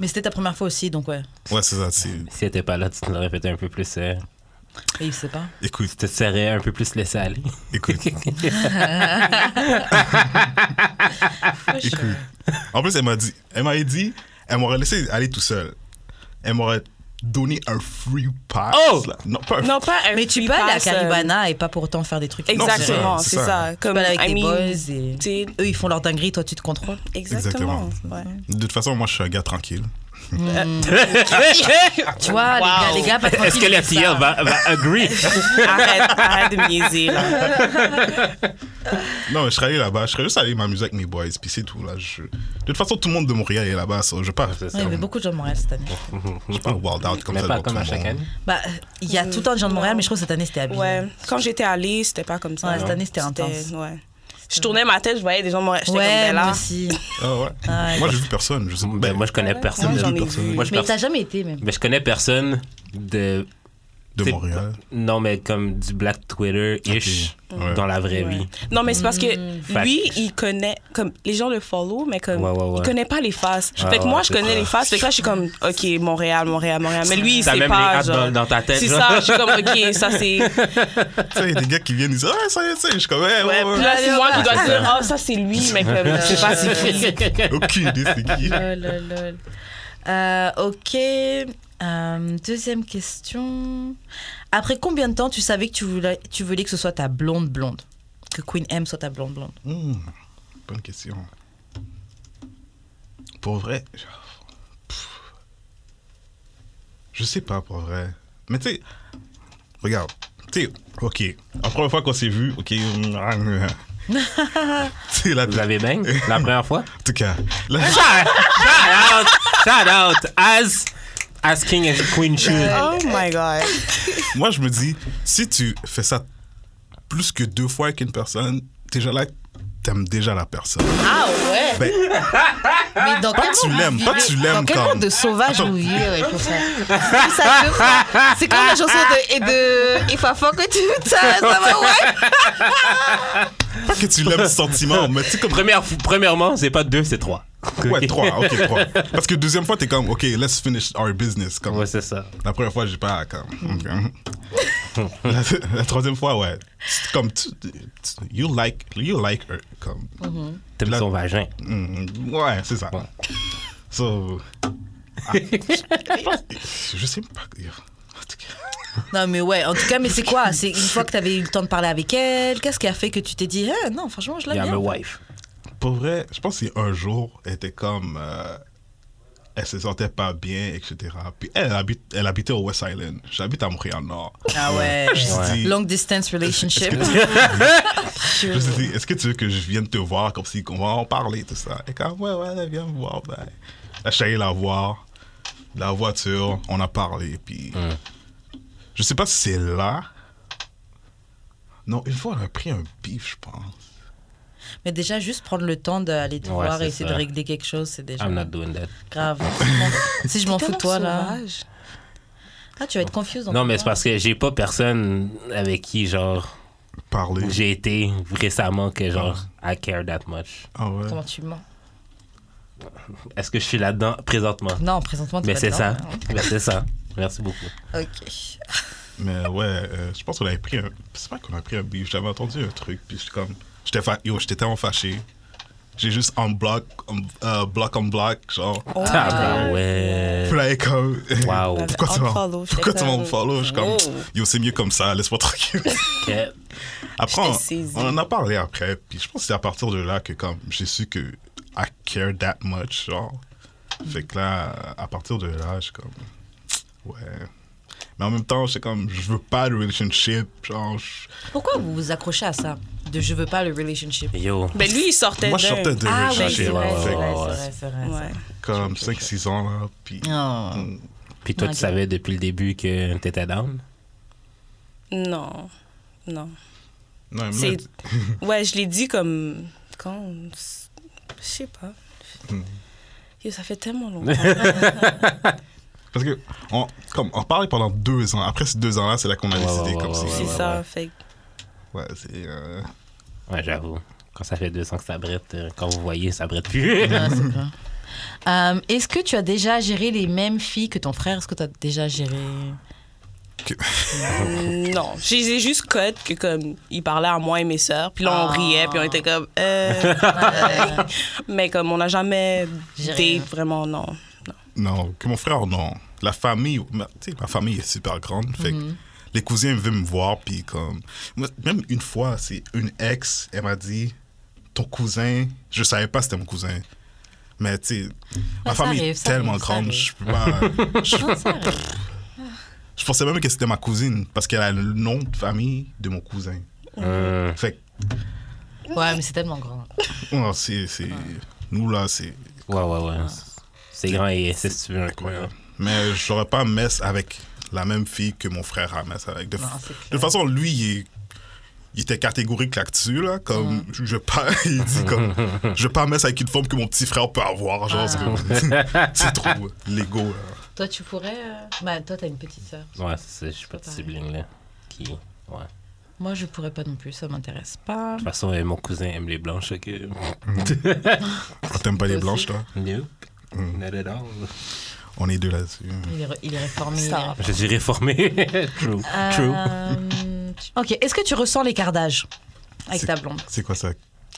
Mais c'était ta première fois aussi, donc ouais. Ouais, c'est ça. c'est- Si elle était pas là, tu te l'aurais fait un peu plus. euh, Et il sait pas. Écoute, tu te serais un peu plus laissé aller. écoute. écoute. En plus, elle m'a dit, elle m'a dit, elle m'aurait laissé aller tout seul. Elle m'aurait donné un free pass. Oh! là. Non, pas un Non, pas un Mais tu free peux aller à pass, euh, Caribana et pas pour autant faire des trucs. Exactement, c'est c'est ça. ça. Tu Comme peux aller avec I tes mean, boys et tu sais, eux ils font leur dinguerie, toi tu te contrôles. Exactement. ouais. De toute façon, moi, je suis un gars tranquille. Tu vois, les Wow. gars, les gars, pas Est-ce que tranquille, la c'est fille ça. va, va agree? Arrête, arrête de niaiser, là. Non, mais je serais allé là-bas. Je serais juste allé m'amuser avec mes boys, puis c'est tout. Là. Je- De toute façon, tout le monde de Montréal est là-bas. so, Je vais pas, Ouais, Il y avait beaucoup de gens de Montréal cette année. je vais pas wild out comme Mais ça. pas devant comme tout à le chaque monde. année. Bah, il y a tout le temps de gens de Montréal, mais je trouve que cette année c'était habillé. Ouais. Quand j'étais allée, c'était pas comme ça. Ouais, non. cette année, c'était intense. Ouais. Je tournais ma tête, je voyais des gens moi, j'étais comme Ouais, ben moi là. aussi. Ah ouais. Ouais. Moi, j'ai vu personne. Je sais pas. Ben, moi, je connais Ouais, personne. moi, j'en ai de- vu. moi, je Mais pers- t'as jamais été même. mais je connais personne de de c'est- Montréal. Non, mais comme du Black Twitter-ish Ok. Ouais. dans la vraie Ouais. vie. Non, mais c'est parce que Mm. Fact. lui, il connaît, comme les gens le follow, mais comme Ouais, ouais, ouais. il connaît pas les faces. Ouais, fait que moi, ouais, je c'est connais ça. les faces. Fait que là, je suis comme, OK, Montréal, Montréal, Montréal. Mais lui, il T'as sait même les pas. hâtes genre. dans- dans ta tête, C'est genre. ça, je suis comme, OK, ça c'est. Tu sais, il y a des gars qui viennent, ils disent Ah, ça y est, tu sais. Je suis comme, Eh, Ouais, ouais, ouais. puis là, c'est moi qui dois Ouais. dire, oh, ça c'est lui, mais comme, je sais pas c'est qui. Aucune idée, c'est qui. Oh, Lol, lol, lol. Euh, ok. Euh, deuxième question. Après combien de temps tu savais que tu voulais, tu voulais que ce soit ta blonde blonde Que Queen M soit ta blonde blonde Hmm, bonne question. Pour vrai, je- pff, je sais pas pour vrai. Mais tu sais, regarde, tu sais, ok, la première fois qu'on s'est vu, ok, tu sais, là, Vous avez bien la première fois? en tout cas, là, shout, Ah! shout out! Shout out! As, as King and Queen should. Oh my god. moi je me dis, si tu fais ça plus que deux fois avec une personne, déjà là, t'aimes déjà la personne. Ah ouais Ben, Mais dans pas tu l'aimes, pas tu l'aimes Dans quel comme. monde de sauvage vous vivez pour ça Vous savez pas. C'est comme la chanson de, et de If I fuck with you, ça, ça va ouais Pas que tu l'aimes sentiment, mais tu sais comme Première, premièrement, c'est pas deux, c'est trois. Ouais, trois, ok, trois. Parce que deuxième fois, t'es comme, ok, let's finish our business. Comme, Ouais, c'est ça. La première fois, j'ai pas, comme. ok. la, la troisième fois, ouais. C'est comme, tu, tu- you, like, you like her. Comme, T'aimes La- son vagin. Mm, ouais, c'est ça. Ouais. So. ah, je, je sais pas. En tout cas, Non mais ouais, en tout cas, mais c'est quoi C'est une fois que t'avais eu le temps de parler avec elle, qu'est-ce qui a fait que tu t'es dit, eh, non, franchement, je l'aime Yeah, bien my wife. Pour vrai, je pense que si un jour, elle était comme. euh, elle se sentait pas bien, etc. Puis elle, habite, elle habitait au West Island. J'habite à Montréal-Nord. Ah ouais. Je me suis dit- Long distance relationship. je me suis dit, est-ce que tu veux que je vienne te voir comme si on va en parler, tout ça? Et quand, ouais, ouais, viens me voir. Ben, là, je suis allé la voir. La voiture, on a parlé. Puis. Je sais pas si c'est là. Non, une fois, on a pris un bif, je pense. Mais déjà, juste prendre le temps d'aller te Ouais, voir c'est et essayer ça. de régler quelque chose, c'est déjà I'm not doing that. grave. si je m'en fous de toi, là. Ah, tu vas être confuse. hein. dans Non, ton mais c'est coin. parce que j'ai pas personne avec qui, genre, Parler. j'ai été récemment que, genre, I care that much. Ah ouais. Comment tu mens Est-ce que je suis là-dedans présentement? Non, présentement, tu Mais vas c'est dedans, ça. Mais c'est ça. Merci beaucoup. hein. Ok. Mais ouais, euh, je pense qu'on avait pris un. C'est pas qu'on a pris un bif, j'avais entendu un truc, puis j'étais comme. J'étais fa... Yo, j'étais tellement fâché. J'ai juste en bloc, en- euh, bloc en bloc, genre. Ah, ouais. Puis là, elle est comme. Wow. Pourquoi tu Unfollow, m'en- j'étais pourquoi tu comme- oh. m'en follow? Je suis comme. Wow. Yo, c'est mieux comme ça, laisse-moi tranquille. Ok. Après, J'étais on, saisie. on en a parlé après, puis je pense que c'est à partir de là que, comme, j'ai su que I care that much, genre. Fait que là, à partir de là, je suis comme. Ouais. Mais en même temps, c'est comme, je veux pas de relationship, genre. je- Pourquoi vous vous accrochez à ça De je veux pas le relationship Yo. Ben lui, il sortait Moi, je d'un. sortais de Ah oui, relationship. c'est vrai, ouais, c'est fait vrai, ouais, ouais. c'est vrai, c'est vrai. Ouais. que comme 5-6 ans, là. Puis, Oh. Puis toi, Ok. tu savais depuis le début que t'étais down? Non. non, Non. elle me l'a C'est... dit. ouais, je l'ai dit comme. Quand. Je sais pas. Hmm. Yo, ça fait tellement longtemps. Parce que, on, comme, on parlait pendant deux ans. Après ces deux ans-là, c'est là qu'on a Ouais, décidé, ouais, comme ouais, si. c'est ouais, ça. ouais. Fait que Ouais, c'est. euh, Ouais, j'avoue. Quand ça fait 200 que ça brette, euh, quand vous voyez, ça brette plus. Ah, c'est bien. Euh, Est-ce que tu as déjà géré les mêmes filles que ton frère Est-ce que tu as déjà géré non. J'ai j'ai juste code que comme il parlait à moi et mes sœurs. Puis là, on Ah. riait. Puis on était comme. Euh... Euh, Mais comme on n'a jamais J'ai date rien. vraiment, non. Non, que mon frère, non. La famille, ma, tu sais, ma famille est super grande. Fait que Mm-hmm. les cousins veulent me voir, puis comme. moi, Même une fois, c'est une ex, elle m'a dit Ton cousin, je savais pas c'était mon cousin. Mais tu sais, ma ça famille arrive, est ça tellement arrive, ça grande, arrive. je peux pas. je, non, ça arrive. je pensais même que c'était ma cousine, parce qu'elle a le nom de famille de mon cousin. Hum. Fait que, Ouais, mais c'est tellement grand. oh, c'est. c'est- Nous, là, c'est Ouais, ouais, ouais. C'est grand et c'est si tu veux hein? incroyable. incroyable. Mais j'aurais pas messe avec la même fille que mon frère a messe avec. De, Non, f- c'est clair. de toute façon, lui, il, est- il était catégorique là-dessus, là. Comme, je je veux pas, il dit comme, je veux pas messe avec une forme que mon petit frère peut avoir. Genre, c'est comme- c'est trop l'ego, là. Toi, tu pourrais. euh, Bah, toi, t'as une petite sœur. Ouais, c'est ça, je suis pas de Pareil. sibling là. Qui. Ouais. De Moi, je pourrais pas non plus. Ça m'intéresse pas. toute façon, euh, mon cousin aime les blanches, euh, ok? Ah, T'aimes pas les Toi blanches, aussi. toi? Nope. Not at all. On est deux là-dessus. Il est, re- il est réformé. il est Ça. réformé. Je suis réformé. True. True. Euh, ok, est-ce que tu ressens l'écart d'âge avec C'est- ta blonde C'est quoi ça?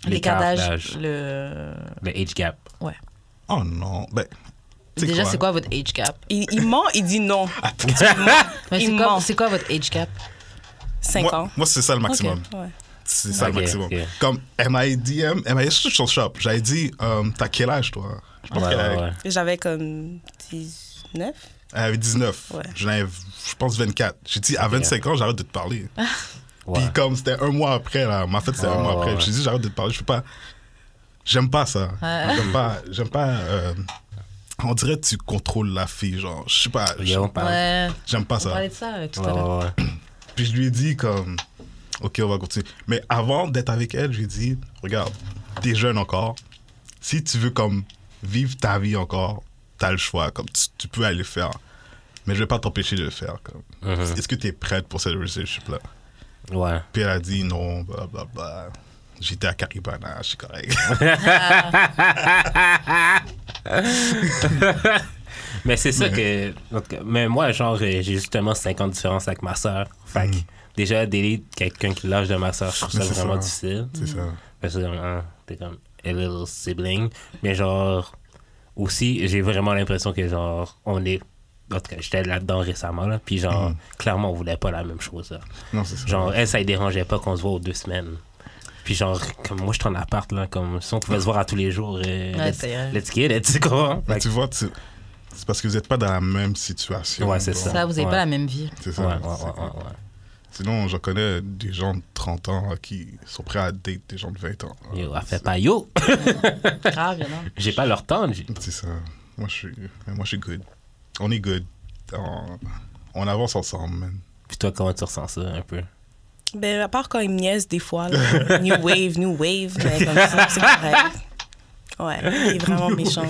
L'écart L'écart d'âge. d'âge. Le... Le Ben, age gap. Oh non. Ben, tu sais Déjà, c'est quoi votre age gap Il, il ment, il dit non. Ah, Mais C'est Il quoi, ment. c'est quoi votre age gap 5 Moi, ans. moi, c'est ça le maximum. Ok, ouais. C'est ça Ok, le maximum. ok. Comme, elle m'a dit, euh, elle m'a dit, je suis sur le shop. J'avais dit, euh, t'as quel âge, toi? Je pense Ouais, qu'elle a- ouais, ouais. J'avais comme 19. Elle avait 19. Ouais. J'en avais, je pense, 24. J'ai dit, à 25 ans, j'arrête de te parler. Ah. Ouais. Puis comme c'était un mois après, là, ma fête, c'était Ouais, un mois ouais, après. ouais. J'ai dit, j'arrête de te parler. Je peux pas. J'aime pas ça. Ouais. J'aime pas. J'aime pas. euh, On dirait que tu contrôles la fille. Genre, je sais pas. Ok, on parle. Ouais, Ouais. J'aime pas On ça. parlait de ça euh, tout ouais, à l'heure. ouais. Puis je lui ai dit, comme, OK, on va continuer. Mais avant d'être avec elle, je lui ai dit, regarde, t'es jeune encore. Si tu veux, comme, vivre ta vie encore, t'as le choix. Comme, tu, tu peux aller le faire. Mais je vais pas t'empêcher de le faire. Comme. Mhm. Est-ce que t'es prête pour cette relationship-là? Ouais. Puis elle a dit, non, blablabla. J'étais à Caribana, je suis correct. Mais c'est ça que. en tout cas, mais moi, genre, euh, j'ai justement 5 ans de différence avec ma soeur. Fait que, déjà, délire quelqu'un qui l'âge de ma soeur, je trouve ça Mm. Mais c'est vraiment ça. difficile. C'est ça. Parce que, hein, t'es comme a little sibling. Mais genre, aussi, j'ai vraiment l'impression que, genre, on est. En tout cas, j'étais là-dedans récemment, là. Puis, genre, clairement, on voulait pas la même chose, là. Non, Mm. c'est ça. Genre, elle, ça ne dérangeait pas qu'on se voit aux deux semaines. Puis genre, comme moi, je suis en appart, là, comme si on pouvait se voir à tous les jours. euh, Ouais, let's, c'est vrai. let's get it, tu sais comment? Mais Fait que- tu vois, tu- c'est parce que vous n'êtes pas dans la même situation. Ouais, c'est donc, Ça, vous n'avez Ouais. pas la même vie. C'est Ouais, ça. ouais, ouais, c'est- ouais, ouais. Sinon, je connais des gens de 30 ans euh, qui sont prêts à date des gens de 20 ans. Yo, elle fait pas yo! Grave, il y en a. J'ai pas leur temps. j'ai- C'est ça. Moi, je suis, moi, je suis good. On est good. On, on avance ensemble, man. Puis toi, comment tu ressens ça un peu? Ben, à part quand ils me niaisent des fois, là. New wave, new wave, mais comme ça, c'est correct. Ouais, il est vraiment méchant.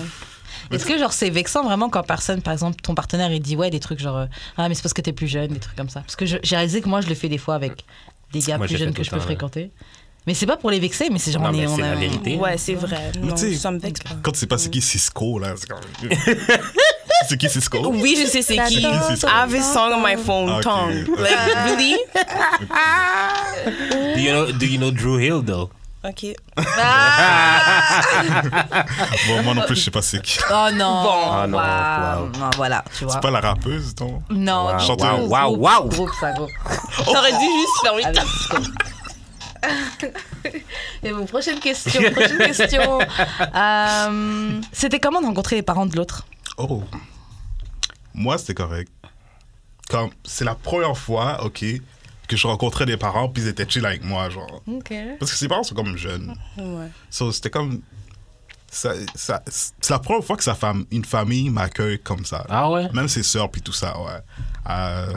Est-ce que genre c'est vexant vraiment quand personne, par exemple, ton partenaire, il dit ouais des trucs genre euh, ah mais c'est parce que t'es plus jeune, des trucs comme ça. Parce que je- j'ai réalisé que moi je le fais des fois avec des gars Moi, plus j'ai jeunes fait que je peux tout le temps, ouais. fréquenter. Mais c'est pas pour les vexer, mais c'est genre Non, on est, mais on c'est a- la vérité. Ouais, c'est vrai. Non, tu sais, ça me vexe pas. Quand tu sais pas c'est qui Cisco, là, c'est quand même. c'est qui Cisco? Oui, je sais c'est qui. I C'est ça. have his song on my phone, Ok. Tom. Like, really? Do you know, do you know Drew Hill, though? OK. Bon, moi non plus, je sais pas c'est qui. Oh non, Ah non, waouh. wow. Non, voilà, tu vois. C'est pas la rappeuse, donc. Non, Waouh, du waouh, tout. waouh, Groupe, waouh. Groupe, ça groupe. T'aurais dû juste faire Allez, Et bon, prochaine question, prochaine question. Euh, C'était comment de rencontrer les parents de l'autre Oh. Moi, c'était correct. Comme, c'est la première fois, OK, que je rencontrais des parents, puis ils étaient chill avec moi, genre. Ok. Parce que ses parents sont comme jeunes. Ouais. So, c'était comme. ça- ça- c'est la première fois que sa femme, une famille m'accueille comme ça. Ah ouais? Même ses sœurs, puis tout ça, ouais. Euh,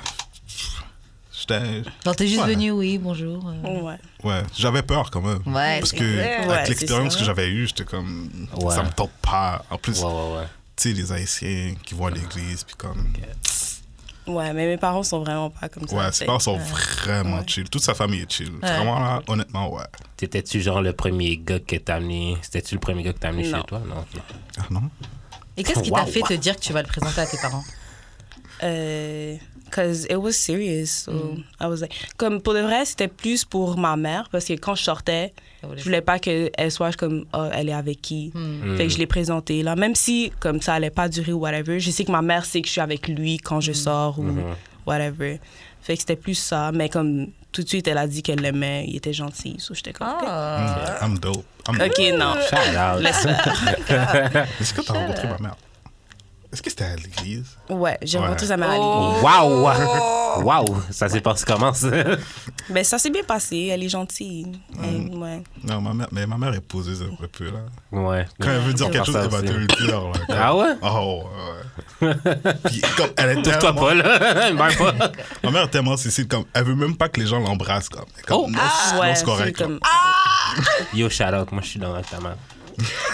J'étais. Genre t'es juste Ouais. venu, oui, bonjour. euh. Ouais. Ouais, j'avais peur quand même. Ouais, Parce c'est que, vrai. Ouais, avec c'est l'expérience ça. que j'avais eue, j'étais comme. Ouais. Ça me tente pas. En plus, Ouais, ouais, ouais. tu sais, les Haïtiens qui vont à l'église, puis comme. Ouais, mais mes parents sont vraiment pas comme ça. Ouais, Fait- ses parents sont vraiment chill. Toute sa famille est chill. Vraiment, là, honnêtement, ouais. T'étais-tu genre le premier gars que t'as amené? C'était-tu le premier gars que t'as amené Non. Euh, chez toi? Non. ok. Ah non? Et qu'est-ce qui t'a Waouh. fait te dire que tu vas le présenter à tes parents Euh, cause it was serious. So I was like, comme pour de vrai, c'était plus pour ma mère parce que quand je sortais, je voulais pas qu'elle soit comme Ah, elle est avec qui. Mm. Fait que je l'ai présentée là, même si comme ça allait pas durer ou whatever. Je sais que ma mère sait que je suis avec lui quand je sors ou Mm-hmm. whatever. Fait que c'était plus ça, mais comme tout de suite elle a dit qu'elle l'aimait, il était gentil, so j'étais comme OK. Ah. Mm, I'm dope. I'm OK, non. Oh, Shout out. dope. Est-ce que t'as rencontré ma mère? Est-ce que c'était à l'église? Ouais, j'ai Ouais. rencontré sa mère à l'église. Wow! Wow! Ça s'est passé comment, ça? Ben, ça s'est bien passé, elle est gentille. Mm. Elle- ouais. Non, ma mère, mais ma mère est posée un peu, là. Ouais. Quand elle veut dire quelque chose, Ça elle va aussi. te le dire, là. Ah ouais? Oh, ouais. Puis, comme, elle est Toi, tellement- pas, là. Il meurt pas. Ma mère est tellement sensible, comme, elle veut même pas que les gens l'embrassent, comme. Elle est comme, Oh! non, Ah, c'est- non, ouais, c'est c'est correct. comme- Yo, shout out. Moi, je suis dans ta mère.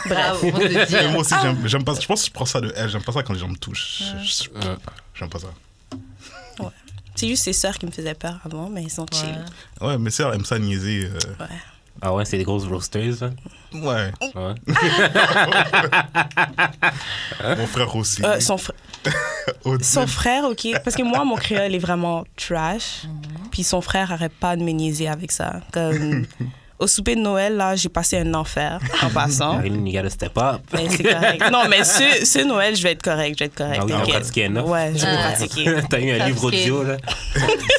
Bravo. on le dit. là. Mais moi aussi, Ah. j'aime- j'aime pas ça. Je pense que je prends ça de elle. J'aime pas ça quand les gens me touchent. Je- je- J'aime pas ça. C'est juste ses sœurs qui me faisaient peur avant, mais elles sont chill. Ouais, mes sœurs aiment ça niaiser. euh, Ah ouais, c'est des grosses roasters, là. Ouais. Ouais. Mon frère aussi. Euh, son, fr- Odile. son frère, ok. Parce que moi, mon créole est vraiment trash. Mm-hmm. Puis son frère arrête pas de me niaiser avec ça. Comme, au souper de Noël, là, j'ai passé un enfer en passant. Marilyn, you gotta step up. Mais c'est correct. Non, mais ce, ce Noël, je vais être correct. Je vais être correct. Ah oui, on t'inquiète. pratique enough. Ouais, je vais Ouais. pratiquer. T'as eu un livre audio, là.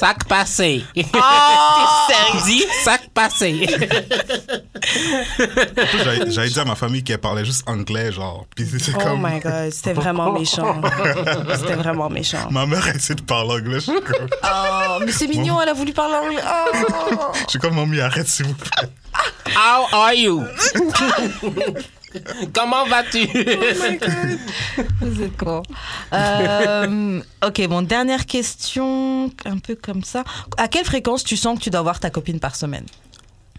Sac passé. Oh, sérieux? Dis sac passé. J'avais j'avais dit à ma famille qu'elle parlait juste anglais, genre. Puis c'était Oh comme. my god, c'était vraiment méchant. C'était vraiment méchant. Ma mère essaie de parler anglais. Je suis comme, Oh, mais c'est mignon, elle a voulu parler anglais. Oh. je suis comme mamie, arrête s'il vous plaît. How are you? Comment vas-tu? Vous êtes con. Euh, ok, bon, dernière question, un peu comme ça. À quelle fréquence tu sens que tu dois voir ta copine par semaine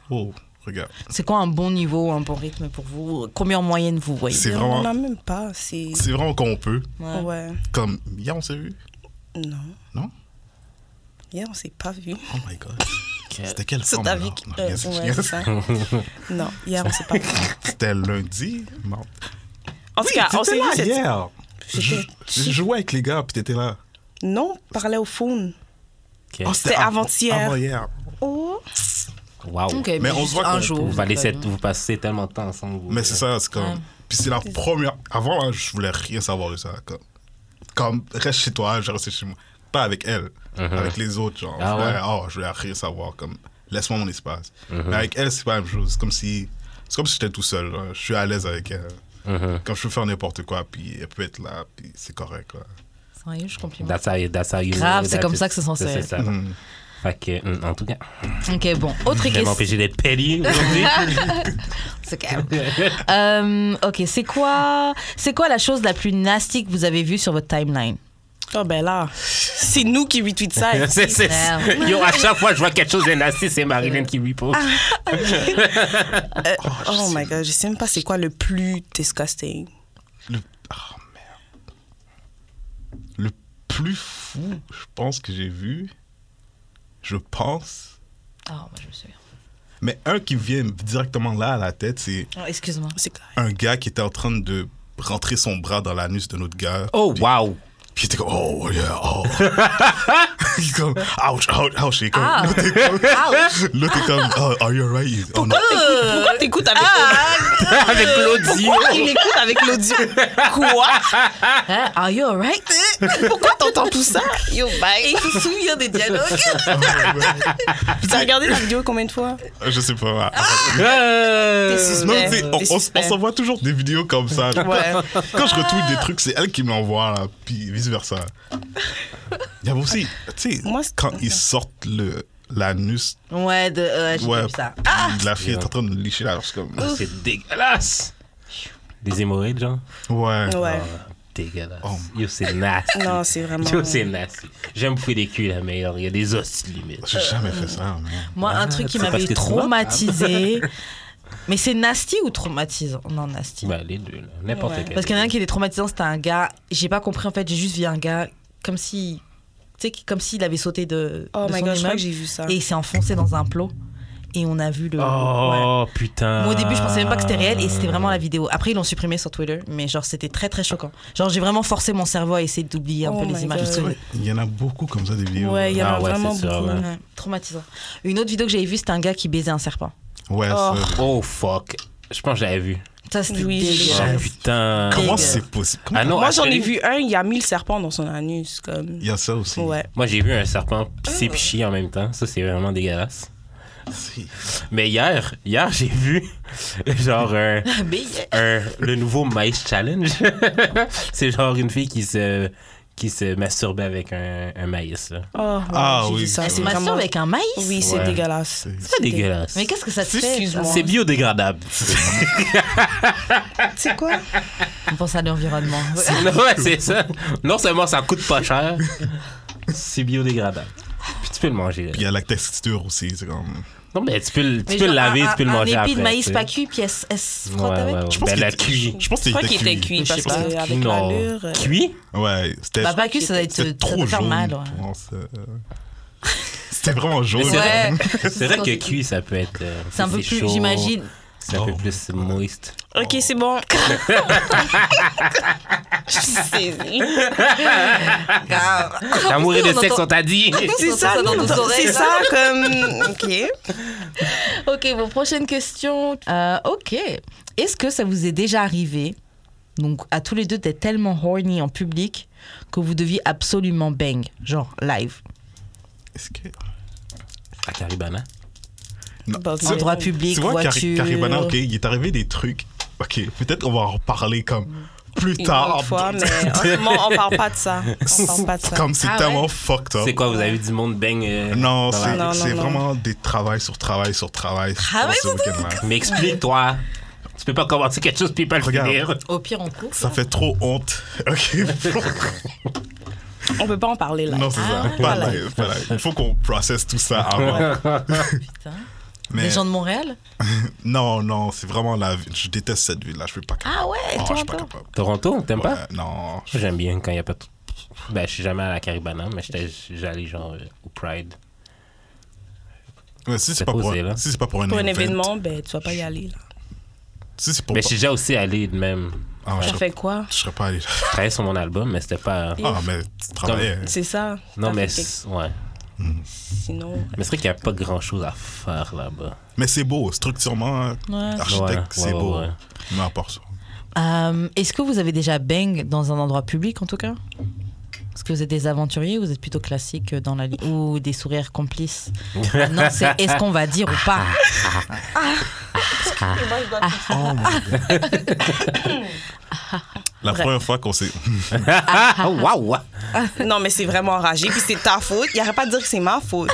Oh, regarde. C'est quoi un bon niveau, un bon rythme pour vous Combien en moyenne vous voyez C'est On vraiment, n'en a même pas. C'est. c'est vraiment qu'on peut. Ouais. Ouais. Comme hier, on s'est vu. Non. Non? Hier, on s'est pas vu. Oh my god. C'était quelle C'est forme ta alors? vie. Non, euh, yes, ouais, yes. c'est ça. Non, hier, on s'est pas vu. C'était lundi. mardi. En tout cas, on s'est t'étais vu là cette- hier. Je, J'étais- je jouais avec les gars, puis t'étais là. Non, on parlait au phone. Oh, C'était av- avant-hier. Avant-hier. Oh. Wow. Ok, Mais on juste se voit un qu'on- jour. Vous, allez cette- vous passez tellement de temps ensemble. vous. Mais c'est ça, c'est Ouais. comme. Puis c'est la première. Avant, là, je voulais rien savoir de ça. Comme, comme reste chez toi, je restais chez moi. Pas avec elle, avec les autres, genre. Ah je voulais, ouais? Uh-huh. oh, je voulais rien savoir. Comme, laisse-moi mon espace. Mais avec elle, c'est pas la même chose. C'est comme si, c'est comme si j'étais tout seul. là. Je suis à l'aise avec elle. Uh-huh. Quand je peux faire n'importe quoi, puis elle peut être là, puis c'est correct. Là. Sérieux, je complimente. That's how, you- that's how you Grave, know c'est that comme it- ça que c'est censé C'est être. ça. Mm-hmm. Fait que, hum, en tout cas, Ok, bon. Autre je vais question. m'empêcher d'être petty aujourd'hui. C'est quand même. Euh, ok, c'est quoi, c'est quoi la chose la plus nasty que vous avez vue sur votre timeline Oh, ben là, c'est nous qui retweet ça. C'est- Ah, c'est- Merde. Yo, à chaque fois que je vois quelque chose de nasty, c'est Marilyn qui repose. Euh, oh my god, je sais même pas c'est quoi le plus disgusting. Le... Oh merde. Le plus fou, je pense, que j'ai vu, je pense, Ah, bah, moi je me souviens. mais un qui vient directement là à la tête, c'est Oh, excuse-moi. C'est clair. un gars qui était en train de rentrer son bras dans l'anus d'un autre gars. Oh, wow. Puis il était comme, oh, yeah, oh. il est comme, ouch, ouch, ouch. Il est comme, Ah. l'autre est comme, l'autre est comme, oh, are you alright? Il- Oh, non. Pourquoi t'écoutes avec, Avec l'audio. Euh, ah, Pourquoi il écoute avec l'audio? Quoi? Hein? Are you alright Pourquoi t'entends tout ça? Yo, bye. se souvient des dialogues. T'as regardé la vidéo combien de fois? Je sais pas. Ah, arrête. Euh, T'es Non, suspect. tu sais, on, T'es on- suspect. on s'envoie toujours des vidéos comme ça. Ouais. Quand je retweet des trucs, c'est elle qui me l'envoie, là, puis vice-versa. Il y avait aussi, tu sais, Moi, c'est- quand ils sortent le, l'anus Ouais, de, euh, j'ai ouais, vu ça. de la fille est en train de licher là, je suis comme... Ah, C'est dégueulasse. Des hémorroïdes, genre. Ouais. Ouais. Ah, Dégueulasse. Oh. Yo, c'est nasty. Non, c'est vraiment- Yo, c'est nasty. J'aime fouiller les culs, la meilleure. Il y a des os limite. J'ai jamais fait ça, man. Moi, un Ah, truc qui c'est parce m'avait que tu traumatisé. Mais c'est nasty ou traumatisant Non, nasty. Bah, les deux, là. N'importe Ouais. quel. Parce qu'il y en a un qui était traumatisant, c'était un gars. J'ai pas compris en fait, j'ai juste vu un gars comme si. Tu sais, qui- comme s'il avait sauté de. Oh de my son god, je crois immeuble que j'ai vu ça. Et il s'est enfoncé dans un plot. Et on a vu le. ouais. Oh, putain. Moi, au début, je pensais même pas que c'était réel et c'était vraiment la vidéo. Après, ils l'ont supprimé sur Twitter, mais genre, c'était très très choquant. Genre, j'ai vraiment forcé mon cerveau à essayer d'oublier un Oh peu les my images. God. parce que- Il y en a beaucoup comme ça, des vidéos. Ouais, il y en a Ah ouais, vraiment c'est sûr, beaucoup. hein. ouais. Ouais, traumatisant. Une autre vidéo que j'avais vue, c'était un gars qui baisait un serpent. Ouais, Oh. ça. Oh, fuck. Je pense que j'avais vu. Ça, c'était Oui, dégueulasse. Ah, putain. Comment Dégueu. c'est possible? Comment- Ah non, Moi, j'en ai actually, vu un, il y a mille serpents dans son anus. Comme... Il y a ça aussi. Ouais. Moi, j'ai vu un serpent Ah. pisser puis chier en même temps. Ça, c'est vraiment dégueulasse. Si. Mais hier, hier, j'ai vu, genre, un- Mais- un- le nouveau Maïs Challenge. c'est genre une fille qui se, qui se masturbait avec un, un maïs. là. Oh, ouais, Ah j'ai oui, vu ça. c'est Elle se c'est masturbe vraiment- avec un maïs Oui, c'est Ouais. dégueulasse. C'est dégueulasse. Mais qu'est-ce que ça te fait Excuse-moi. ça C'est biodégradable. C'est quoi? On pense à l'environnement. ouais, c'est ça. Non seulement ça coûte pas cher, c'est biodégradable. Puis tu peux le manger. là. Puis il y a la texture aussi, c'est comme... Non, mais tu peux, le- tu Mais peux genre, le laver, un- tu peux le un manger épi après. de maïs tu sais. pas cuit, puis elle, s- elle se Ouais, frotte ouais, avec. ouais. Je pense Ben, qu'il la était- cuit. Je pense Je qu'il crois était qu'il était cuit. cuit Je parce sais pas. que avec Non. l'allure. euh, Cuit? Ouais, c'était... Bah, pas cuit, ça doit être C'était ça trop doit faire jaune. mal. ouais. je pense, euh. C'était vraiment jaune. C'est vrai. Ouais. C'est vrai que cuit, ça peut être. euh, C'est un peu plus, chaud, j'imagine. C'est un peu plus moist. Ok, c'est bon. Je suis saisie. Oh, T'as mouru de sexe, on t'a dit. C'est ça, dans nos oreilles, c'est là. ça comme. Ok. Ok, bon, prochaine question. Euh, ok. Est-ce que ça vous est déjà arrivé, donc à tous les deux, d'être tellement horny en public que vous deviez absolument bang, genre live, Est-ce que... À Caribana. Non. Bah, Tu- Ouais. endroit tu public, vois, Cari- voiture Caribana, ok, il est arrivé des trucs. Ok, peut-être qu'on va en reparler comme plus Une tard. autre fois, mais en ce moment, on parle pas de ça. On parle pas de ça. Comme c'est Ah ouais? tellement fucked up. C'est quoi, vous avez vu du monde bang euh, Non, dans la- c'est Non, non, c'est non. vraiment des travail sur travail sur travail. sur Travail ce sur week-end-là. Mais explique-toi. Tu peux pas commencer quelque chose puis pas le Regarde. finir. au pire hein, on coupe. Ça fait trop honte. Ok, On peut pas en parler là. non, c'est Ah, ça. Pas voilà. live, pas live. Il faut qu'on processe tout ça avant. Putain. Mais Les gens de Montréal non, non, c'est vraiment la vie. Je déteste cette ville-là. Je suis pas capable. Ah ouais, Oh, je toi suis pas encore. capable. Toronto, t'aimes pas? Ouais, non. je- J'aime bien quand il y a pas de. Ben, je suis jamais à la Caribana, mais j'étais- j'allais genre euh, au Pride. Ouais, si c'est C'est pas, pour- posé, là. si c'est pas pour un Pour un event, événement, ben, tu vas pas y aller là. Si c'est pour. Mais je suis Ben, déjà aussi allé de même. Ah, je T'as serais- fait quoi? je serais pas allé. Je travaillais sur mon album, mais c'était pas. Ah, mais tu travaillais. C'est ça. Non, T'as mais. fait quelque- c'est- Ouais. Sinon. Mais c'est vrai qu'il y a pas grand chose à faire là-bas. Mais c'est beau, structurement, Ouais. architecte, Ouais, ouais, c'est ouais, beau. ouais. Mais à part ça. Ah. Euh, Est-ce que vous avez déjà bang dans un endroit public en tout cas Est-ce que vous êtes des aventuriers ou vous êtes plutôt classique euh, dans la li- ou des sourires complices Ah Non, c'est est-ce qu'on va dire ou pas Et moi, je dois Oh my God. La Bref. première fois qu'on s'est. Waouh! Non, mais c'est vraiment enragé, puis c'est ta faute. Il n'arrête pas de dire que c'est ma faute,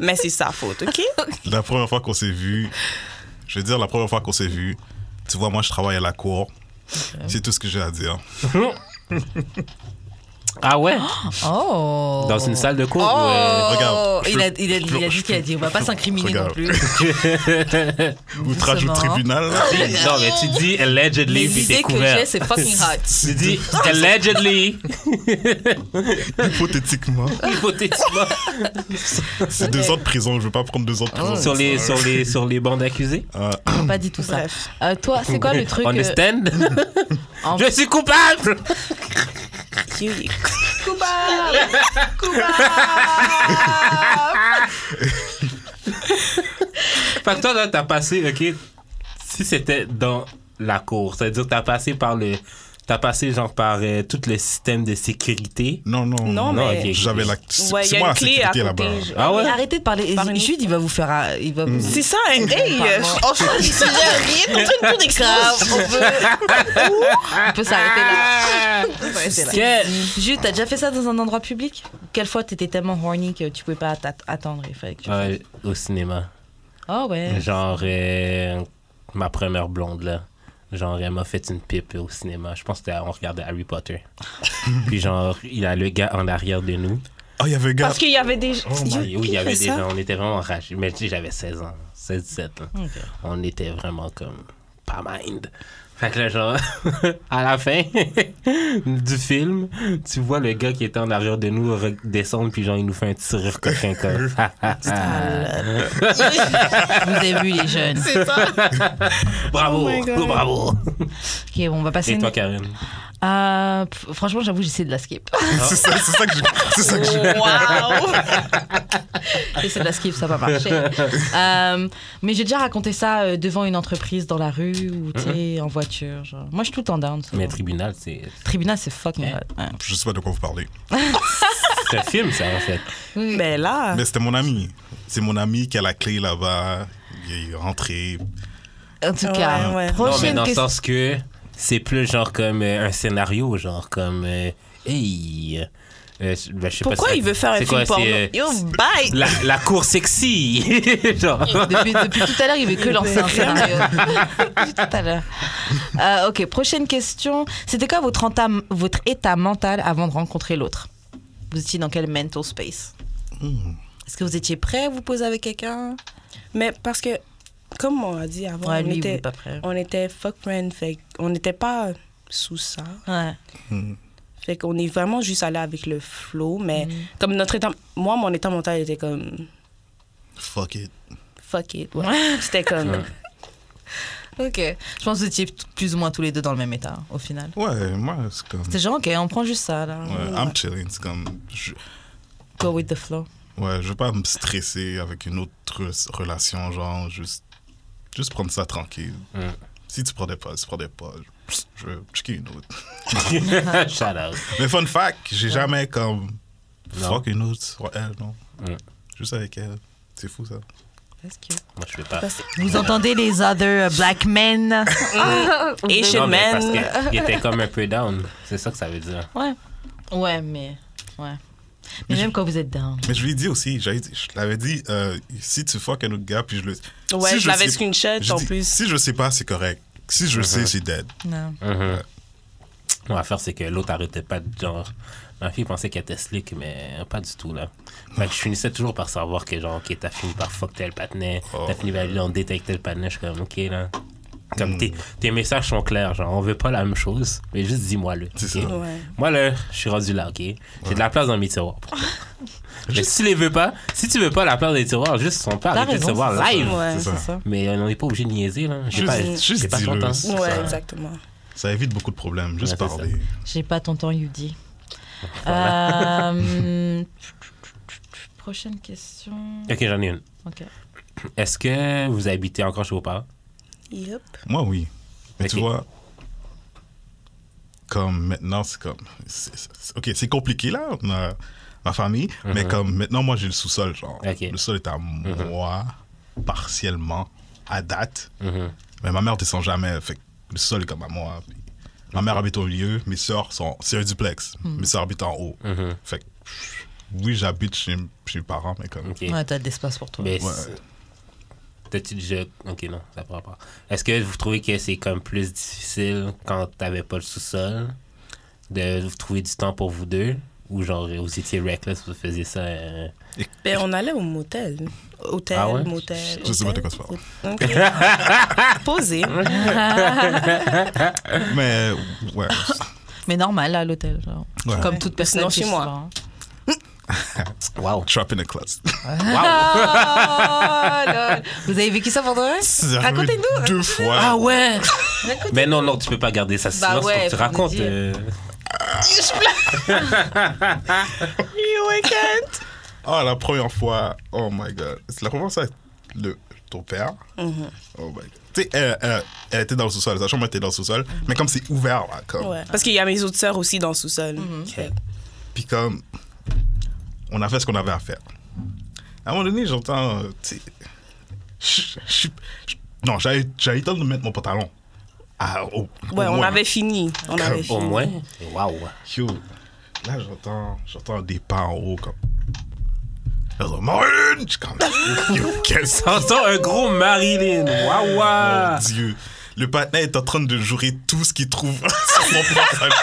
mais c'est sa faute, OK? La première fois qu'on s'est vu, je veux dire, la première fois qu'on s'est vu, tu vois, moi, je travaille à la cour. C'est tout ce que j'ai à dire. Ah ouais? Oh Dans une salle de cours? euh? Oh, ouais. Regarde, il, a, je- il, a, il a je- dit qu'il a dit, on va pas je- s'incriminer non regarde. plus. Outrage au Doucement. tribunal. là. Non, mais tu dis allegedly, puis t'es L'idée que couvert. j'ai, c'est fucking hot. Tu dis allegedly, Hypothétiquement, hypothétiquement, c'est deux ans de prison. Je veux pas prendre deux ans de Ah prison. sur les, sur les, sur les bandes accusées. Ah, On n'a pas dit tout ça. Bref. Euh, toi, c'est quoi le truc On euh, the stand? en- Je suis coupable! Cute. Fait que toi, là, t'as passé, ok, si c'était dans la cour, c'est-à-dire t'as passé par le. T'as passé, genre, par euh, tout le système de sécurité. Non, non. Non, Non, mais. ok. J'avais la. Ouais, il y c'est a moi une la clé sécurité à côté. là-bas. je- Ah ouais? Mais Arrêtez de parler. Par une- Jude, il va vous faire. euh, Il Mm. va vous... C'est ça, hein? Hey, euh, on change de sujet, rien contre une cour d'excellence. Grave, on peut, on peut s'arrêter là. Ah! On peut s'arrêter là. Que- Jude, t'as déjà fait ça dans un endroit public Quelle fois t'étais tellement horny que tu pouvais pas t'att- attendre il fallait que tu- Ouais, au cinéma. Oh ouais. Genre, euh, ma première blonde, là. Genre, elle m'a fait une pipe au cinéma. Je pense qu'on regardait Harry Potter. Puis, genre, il y a le gars en arrière de nous. Ah, il y avait un gars. Parce qu'il y avait des. Oh oui, Yo, il qui y avait fait des ça? gens, on était vraiment enragés. Mais tu sais, j'avais 16 ans, 16, 17 ans. Ok. On était vraiment comme pas mind. Fait que là, genre, à la fin du film, tu vois le gars qui était en arrière de nous re- descendre, puis genre, il nous fait un petit rire coquin comme. Vous avez vu les jeunes. C'est ça. bravo, Oh my God. bravo. Ok, bon, on va passer. Et une- toi, Karine? Euh, pff, franchement, j'avoue, j'essaie de la skip. C'est ça, c'est ça que je. C'est ça que je. Oh, Wow! J'essaie de la skip, ça va pas marcher. Euh, mais j'ai déjà raconté ça euh, devant une entreprise dans la rue ou tu sais, en voiture. genre. Moi, je suis tout le temps down. ça. Mais tribunal, c'est Tribunal, c'est fucking hot. Ouais. Je sais pas de quoi vous parlez. c'est un film, ça, en fait. Mais là. Mais c'était mon ami. C'est mon ami qui a la clé là-bas. Il est rentré. En tout Ouais, cas, ouais. Non, mais prochaine dans le question. sens que c'est plus genre comme euh, un scénario, genre comme. euh, hey! euh, je- ben, je sais pas Pourquoi si- il veut faire un c'est film quoi, porno? c'est, euh, Yo, bye! La, la cour sexy. Genre. Depuis, depuis tout à l'heure, il veut que lancer un scénario. Depuis tout à l'heure. Euh, ok, prochaine question. C'était quoi votre, entame- votre état mental avant de rencontrer l'autre Vous étiez dans quel mental space Hmm. Est-ce que vous étiez prêt à vous poser avec quelqu'un Mais parce que, comme on a dit avant, Ouais, on, lui, il était, est pas prêt. on était fuck friend, fait on n'était pas sous ça. Ouais. Fait qu'on est vraiment juste allé avec le flow, mais Mm. comme notre état... Moi, mon état mental était comme... Fuck it. Fuck it. ouais. C'était comme... Ok. Je pense que vous étiez t- plus ou moins tous les deux dans le même état, au final. Ouais, moi, c'est comme. C'était genre, ok, on prend juste ça, là. Ouais, I'm chilling. C'est comme. Je... Go with the flow. Ouais, je veux pas me stresser avec une autre re- relation, genre, juste, juste prendre ça tranquille. Mm. Si tu prenais pas, tu prenais pas, je- je vais checker une autre. Shout out. Mais fun fact, j'ai jamais comme Non. fuck une autre sur elle, non. Mm. Juste avec elle. C'est fou ça. Moi, je fais pas. Parce- Vous entendez les other euh, black men Asian Non, mais parce man. qu'il était comme un peu down. C'est ça que ça veut dire. Ouais. Ouais, mais. Ouais. Mais même quand vous êtes down. Mais je lui ai dit aussi, j'avais dit- je l'avais dit, euh, si tu fuck un autre gars, puis je le. Ouais, si je l'avais sais- screenshot, j'ai en dit, plus. Si je sais pas, c'est correct. Si Uh-huh. je sais, c'est dead. Non. Mhm. Mon affaire, c'est que l'autre arrêtait pas de genre. Ma fille pensait qu'elle était slick, mais pas du tout, là. Fait que je finissais toujours par savoir que, genre, ok, t'as fini par fuck tel patinet, Oh. Hmm. t'as fini par aller en date avec tel patinet. Je suis comme, ok, là. Comme tes, tes messages sont clairs, genre, on veut pas la même chose, mais juste dis-moi-le. C'est ok? ça. Ouais. Moi, là, je suis rendu là, ok? J'ai de la place dans mes tiroirs. Mais si tu les veux pas, si tu veux pas la place des tiroirs, juste on peut T'as arrêter de raison, se voir c'est ça. live. Ouais. C'est ça. Mais on n'est pas obligé de niaiser, là. J'ai Juste- pas, juste j'ai pas dis-le. ton temps. C'est Ouais, ça. exactement. Ça évite beaucoup de problèmes, juste Ouais, c'est ça. parler. J'ai pas ton temps, Yudi. Euh, Prochaine question. Ok, j'en ai une. Ok. Est-ce que vous habitez encore chez vos parents? Yup. Moi, oui. Mais Ok. tu vois, comme maintenant, c'est comme. c'est- c'est- OK, c'est compliqué là, on a ma famille, mais comme maintenant, moi, j'ai le sous-sol, genre. Mhm. Ok. Le sol est à moi, partiellement, à date. Mhm. Mais ma mère descend jamais, fait que le sol est comme à moi. puis Ma mère habite au milieu, mes soeurs sont. C'est un duplex, mes soeurs habitent en haut. Mhm. Fait que, pff, oui, j'habite chez, chez mes parents, mais comme. Ok. Ouais, t'as de l'espace pour toi. Mais Ouais. c'est- T'as-tu déjà. Ok, non, ça prend pas. Est-ce que vous trouvez que c'est comme plus difficile quand t'avais pas le sous-sol de vous trouver du temps pour vous deux Ou genre, vous étiez reckless, vous faisiez ça. euh, Ben, on allait au motel. Hôtel, Ah ouais? motel. Je sais pas de hôtel. quoi tu parles. Ok. Posé. Mais, ouais. Mais normal, là, à l'hôtel. genre. Ah Ouais. Comme toute personne. Sinon, qui chez est moi. souvent, hein. Wow. Trap in a class. Wow. Oh, lol. Vous avez vécu ça pour de euh, vrai C'est arrivé Racontez-nous. Deux fois. Ah ouais! Mais non, non, tu peux pas garder ça. Bah Sinon, c'est ouais, faut que tu faut racontes. nous dire. euh, Ah, la première fois. Oh my god. C'est la première fois avec le, ton père. Mm-hmm. Oh my god. Tu sais, elle, elle- elle était dans le sous-sol. Sa chambre était dans le sous-sol. Mais comme c'est ouvert, là. Comme. Mm-hmm. Ouais. Parce qu'il y a mes autres sœurs aussi dans le sous-sol. Puis comme. On a fait ce qu'on avait à faire. À un moment donné, j'entends. euh, Tu sais. je- je- je- Non, j'avais j'avais eu le temps de mettre mon pantalon. Ah, au- au Ouais, on moins. avait fini. On avait Au fini. moins. Wow. Yo, là j'entends, j'entends des pas en haut comme. Là, j'entends, Marine! Je suis comme, Yo, quel sang, T'entends un gros Marilyn. Wow, mon wow. Dieu. Le patin est en train de jouer tout ce qu'il trouve sur mon portable.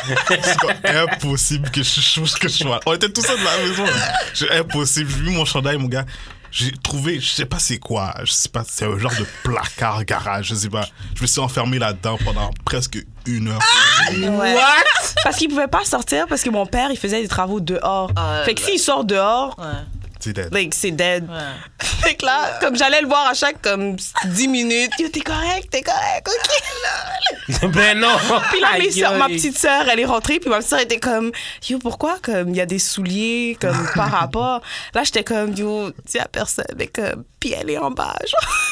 C'est comme, impossible que je chose que je sois. On était tous seuls dans la maison. Je- impossible. J'ai vu mon chandail, mon gars. J'ai trouvé, je sais pas c'est quoi, je sais pas, c'est un genre de placard garage, je sais pas. Je me suis enfermé là-dedans pendant presque une heure. Ouais. What? Parce qu'il pouvait pas sortir parce que mon père, il faisait des travaux dehors. Ah, fait que s'il sort dehors, C'était like, c'est dead. Ouais. Fait que là, comme j'allais le voir à chaque comme 10 minutes, yo, t'es correct, t'es correct, ok. ben non. Puis là, mes Aïe, sœurs- ma aïe. petite sœur, elle est rentrée, puis ma petite sœur était comme, yo, pourquoi comme il y a des souliers comme par rapport. Là, j'étais comme, yo, dis à personne, mais comme, puis elle est en bas. genre.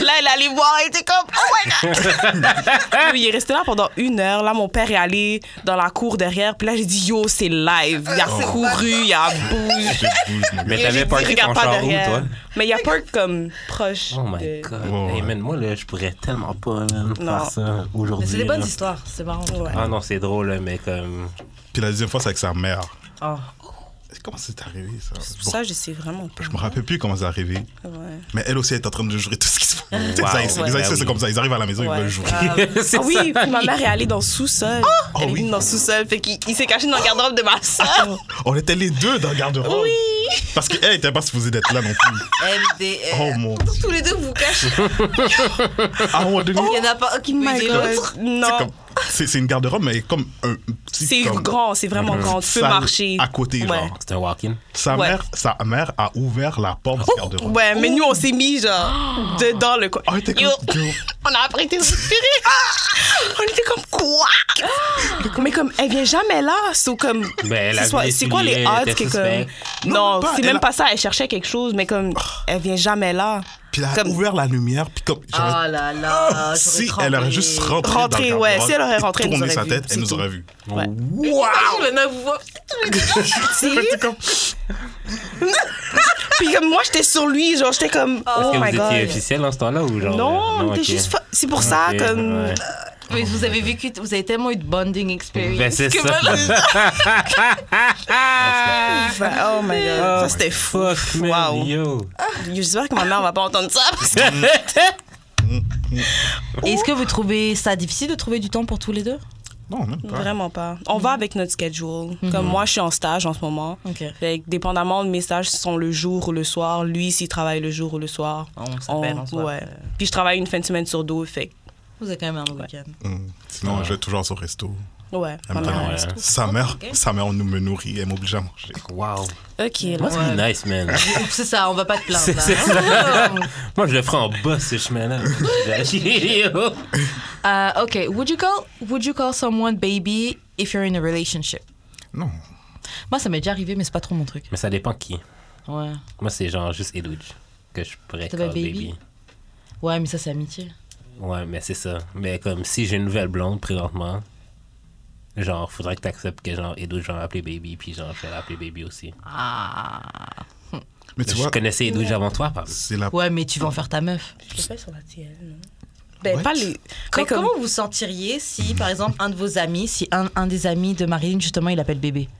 Là, elle allait voir, elle était comme, oh my god! Puis il est resté là pendant une heure. Là, mon père est allé dans la cour derrière, puis là, j'ai dit, yo, c'est live. Il a couru, il a bougé. je bouge, mon gars. Mais Oh. Yo, t'avais j'ai dit, parké ton regarde pas char où, derrière. toi? Mais il y a pas comme proche. Oh my de- god. Ouais, Hey ouais. man, moi là, je pourrais tellement pas man, Non. faire ça aujourd'hui. Mais c'est des bonnes là. histoires. C'est marrant. Ouais. Ah non, c'est drôle, là, mais comme. Puis la deuxième fois, c'est avec sa mère. Oh. Comment c'est arrivé ça? Ça, je sais vraiment pas. Je me rappelle plus comment c'est arrivé. Ouais. Mais elle aussi, elle est en train de jouer tout ce qui se passe. Les Wow. Haïtiens, Ouais, les Haïtiens, bah c'est oui. comme ça. Ils arrivent à la maison, ils Ouais. veulent jouer. Ah, c'est Ah oui, puis ma mère est allée dans le sous-sol. elle est Oh oui. Ah, venue dans le sous-sol, fait qu'il il s'est caché dans le garde-robe de ma soeur. On était les deux dans le garde-robe. Oui. Parce qu'elle était pas supposée d'être là non plus. MDR. Oh mon dieu. Tous les deux vous cachez. À un moment donné, Il y en a pas un qui My dit God. l'autre. c'est Non, comme- c'est c'est une garde-robe, mais comme un petit. c'est comme grand, c'est vraiment une grand. Tu peux salle marcher. À côté, Ouais. genre. C'est un walk-in. Sa, Ouais. Oh, mère, sa mère a ouvert la porte du garde-robe. Ouais, mais nous, on s'est mis, genre, dedans le coin. Oh, elle était Yo, comme. Ah! Yo. on a appris tes respirer. on était comme quoi? Ah! mais comme, elle vient jamais là. So, comme, Ben, elle a c'est soit- vu les c'est quoi les souliers, elle odds était que suspecte. comme. Non, Non, pas, c'est elle même a- Ah! pas ça. Elle cherchait quelque chose, mais comme, elle vient jamais là. Puis elle a Comme- Ah ouvert la lumière, puis comme. Oh j'aurais- là là. j'aurais si trempé. elle aurait juste rentré. Rentré, dans le ouais, garde-robe si elle aurait et rentré, elle nous tourné sa aurait tête, vu, elle c'est nous tout. aurait vu. Ouais. Je vais la voir. C'était comme. Puis comme moi, j'étais sur lui, genre, j'étais comme, oh, Est-ce que my vous étiez god. officiel en ce temps-là ou genre. Non, euh, on était ok. juste. fa- C'est pour ça, Ok, comme. ouais. Mais vous avez vécu, vous avez tellement eu de bonding experience. Ben, c'est que ça. moi, Enfin, oh my god. ça, c'était fou. Fuck, man, Wow. yo. J'espère que ma mère va pas entendre ça. Parce que... je- Est-ce que vous trouvez ça difficile de trouver du temps pour tous les deux Non, même pas. Vraiment pas. On va avec notre schedule. Comme moi, je suis en stage en ce moment. Ok. Fait que, dépendamment de mes stages, si sont le jour ou le soir. Lui, s'il travaille le jour ou le soir. On s'appelle, on se voit. Ouais. Puis je travaille une fin de semaine sur deux. Fait que, Vous avez quand même un week-end. Mm. Sinon, je vais toujours au resto. ouais. Elle me ma donne- mère, ouais. elle Sa mère, sa mère nous me nourrit, elle m'oblige à manger. Wow. est- Ok, là. Must be nice, man. Oh, C'est ça, on va pas te plaindre. C'est- là. c'est ça. Moi, je le ferais en bas, ce chemin-là. Yo. Euh, ok, would you call would you call someone baby if you're in a relationship Non. Moi, ça m'est déjà arrivé, mais c'est pas trop mon truc. Mais ça dépend qui. Ouais, Moi, c'est genre juste Edwidge que je pourrais T'as pas call baby? baby. ouais, mais ça, c'est amitié. Ouais, mais c'est ça. Mais comme si j'ai une nouvelle blonde présentement, Genre, faudrait que t'acceptes que genre, Edo, genre, appelé Baby, puis genre, je vais l'appeler Baby aussi. Mais Ah, tu je vois, connaissais Edo avant toi, par exemple. c'est la. Ah. Ouais, mais tu vas en faire ta meuf. Je le fais sur la tienne, non? What? Ben, pas les. Com- mais comme- Comment vous sentiriez si, par exemple, un de vos amis, si un, un des amis de Marilyn, justement, il appelle bébé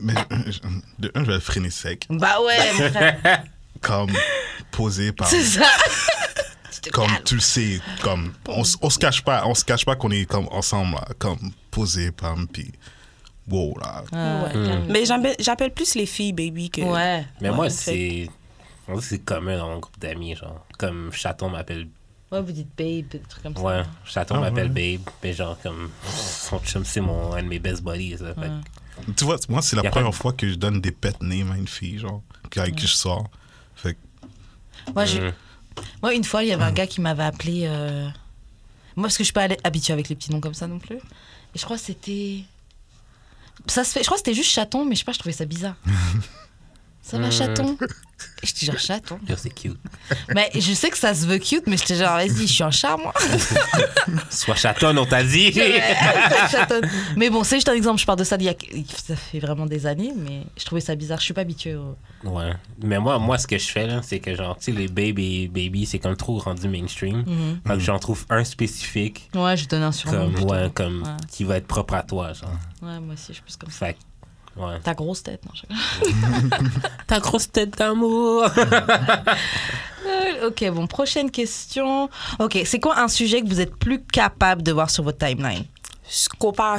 Mais euh, je- de un, je vais le freiner sec. Bah ouais, mon frère. Comme posé par. C'est ça. Tu te Comme calmes. tu le sais, comme on, s- on se cache pas, on se cache pas qu'on est comme ensemble, là, comme posé, pam, puis wow là. Ouais. euh, Mais j'appelle- j'appelle plus les filles baby que. Ah. Ouais. Mais Ouais, moi, on sait. c'est. on dirait que C'est commun dans mon groupe d'amis, genre. Comme chaton m'appelle. Ouais, vous dites babe, des trucs comme ça. Ouais, chaton Ah, m'appelle Babe. Mais genre, comme. Son chum, c'est mon, un de mes best buddies. Là, fait que- Tu vois, moi, c'est la Y a pas première de- fois que je donne des pet names à une fille, genre, que- avec qui je sors. Fait que, Moi, j'ai- Moi, une fois, il y avait un gars qui m'avait appelé. euh, Moi, parce que je suis pas allée- habituée avec les petits noms comme ça non plus. Et je crois que c'était. Ça se fait. Je crois que c'était juste chaton, mais je sais pas, je trouvais ça bizarre. ça va, chaton Et J'étais genre chaton. Yo, c'est cute. Mais je sais que ça se veut cute, mais j'étais genre, vas-y, je suis un chat, moi. Sois chaton, on t'a dit. Chatonne. mais bon, c'est juste un exemple. Je parle de ça d'il y a... Ça fait vraiment des années, mais je trouvais ça bizarre. Je suis pas habituée au... Ouais. Mais moi, moi, ce que je fais, là, c'est que, genre, tu sais, les baby, baby, c'est comme trop rendu mainstream. Fait que j'en trouve un spécifique, Ouais, je donne un surnom. comme, Ah plutôt. ouais, comme, Ouais. qui va être propre à toi, genre. Ouais, moi aussi, je suis plus comme ça. Fait que, ouais. Ta grosse tête, non je- Ta grosse tête d'amour. Euh, Ok, bon, prochaine question. Ok, c'est quoi un sujet que vous êtes plus capable de voir sur votre timeline Copa,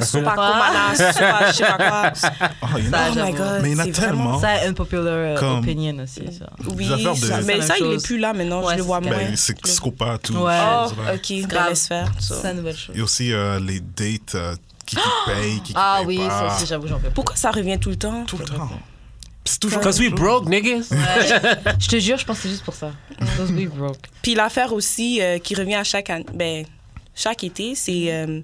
sopa, Quoi? comana, sopa, je sais pas quoi. oh, il y en Ça, a- oh my j'avoue. god. Mais il y en a c'est tellement. vraiment- Ça, unpopular euh, Comme- opinion aussi. ça. Oui, Des affaires de- ça- C'est mais la ça, même il chose. est plus là maintenant, Ouais, je le vois c'est moins. ben, c'est Je- scope pas tout. Ouais. Oh, chose, là. ok, grave. ben, laisse faire. so. C'est la nouvelle chose. Il y a aussi euh, les dates euh, qui, qui payent, qui, qui Ah payent oui, pas. ça aussi, j'avoue, j'en peux pas. Pourquoi ça revient tout le temps Tout le temps. C'est toujours Cause we broke, niggas. Je te jure, je pense que c'est juste pour ça. Those big broke. Puis l'affaire aussi euh, qui revient à chaque année, ben, chaque été, c'est euh,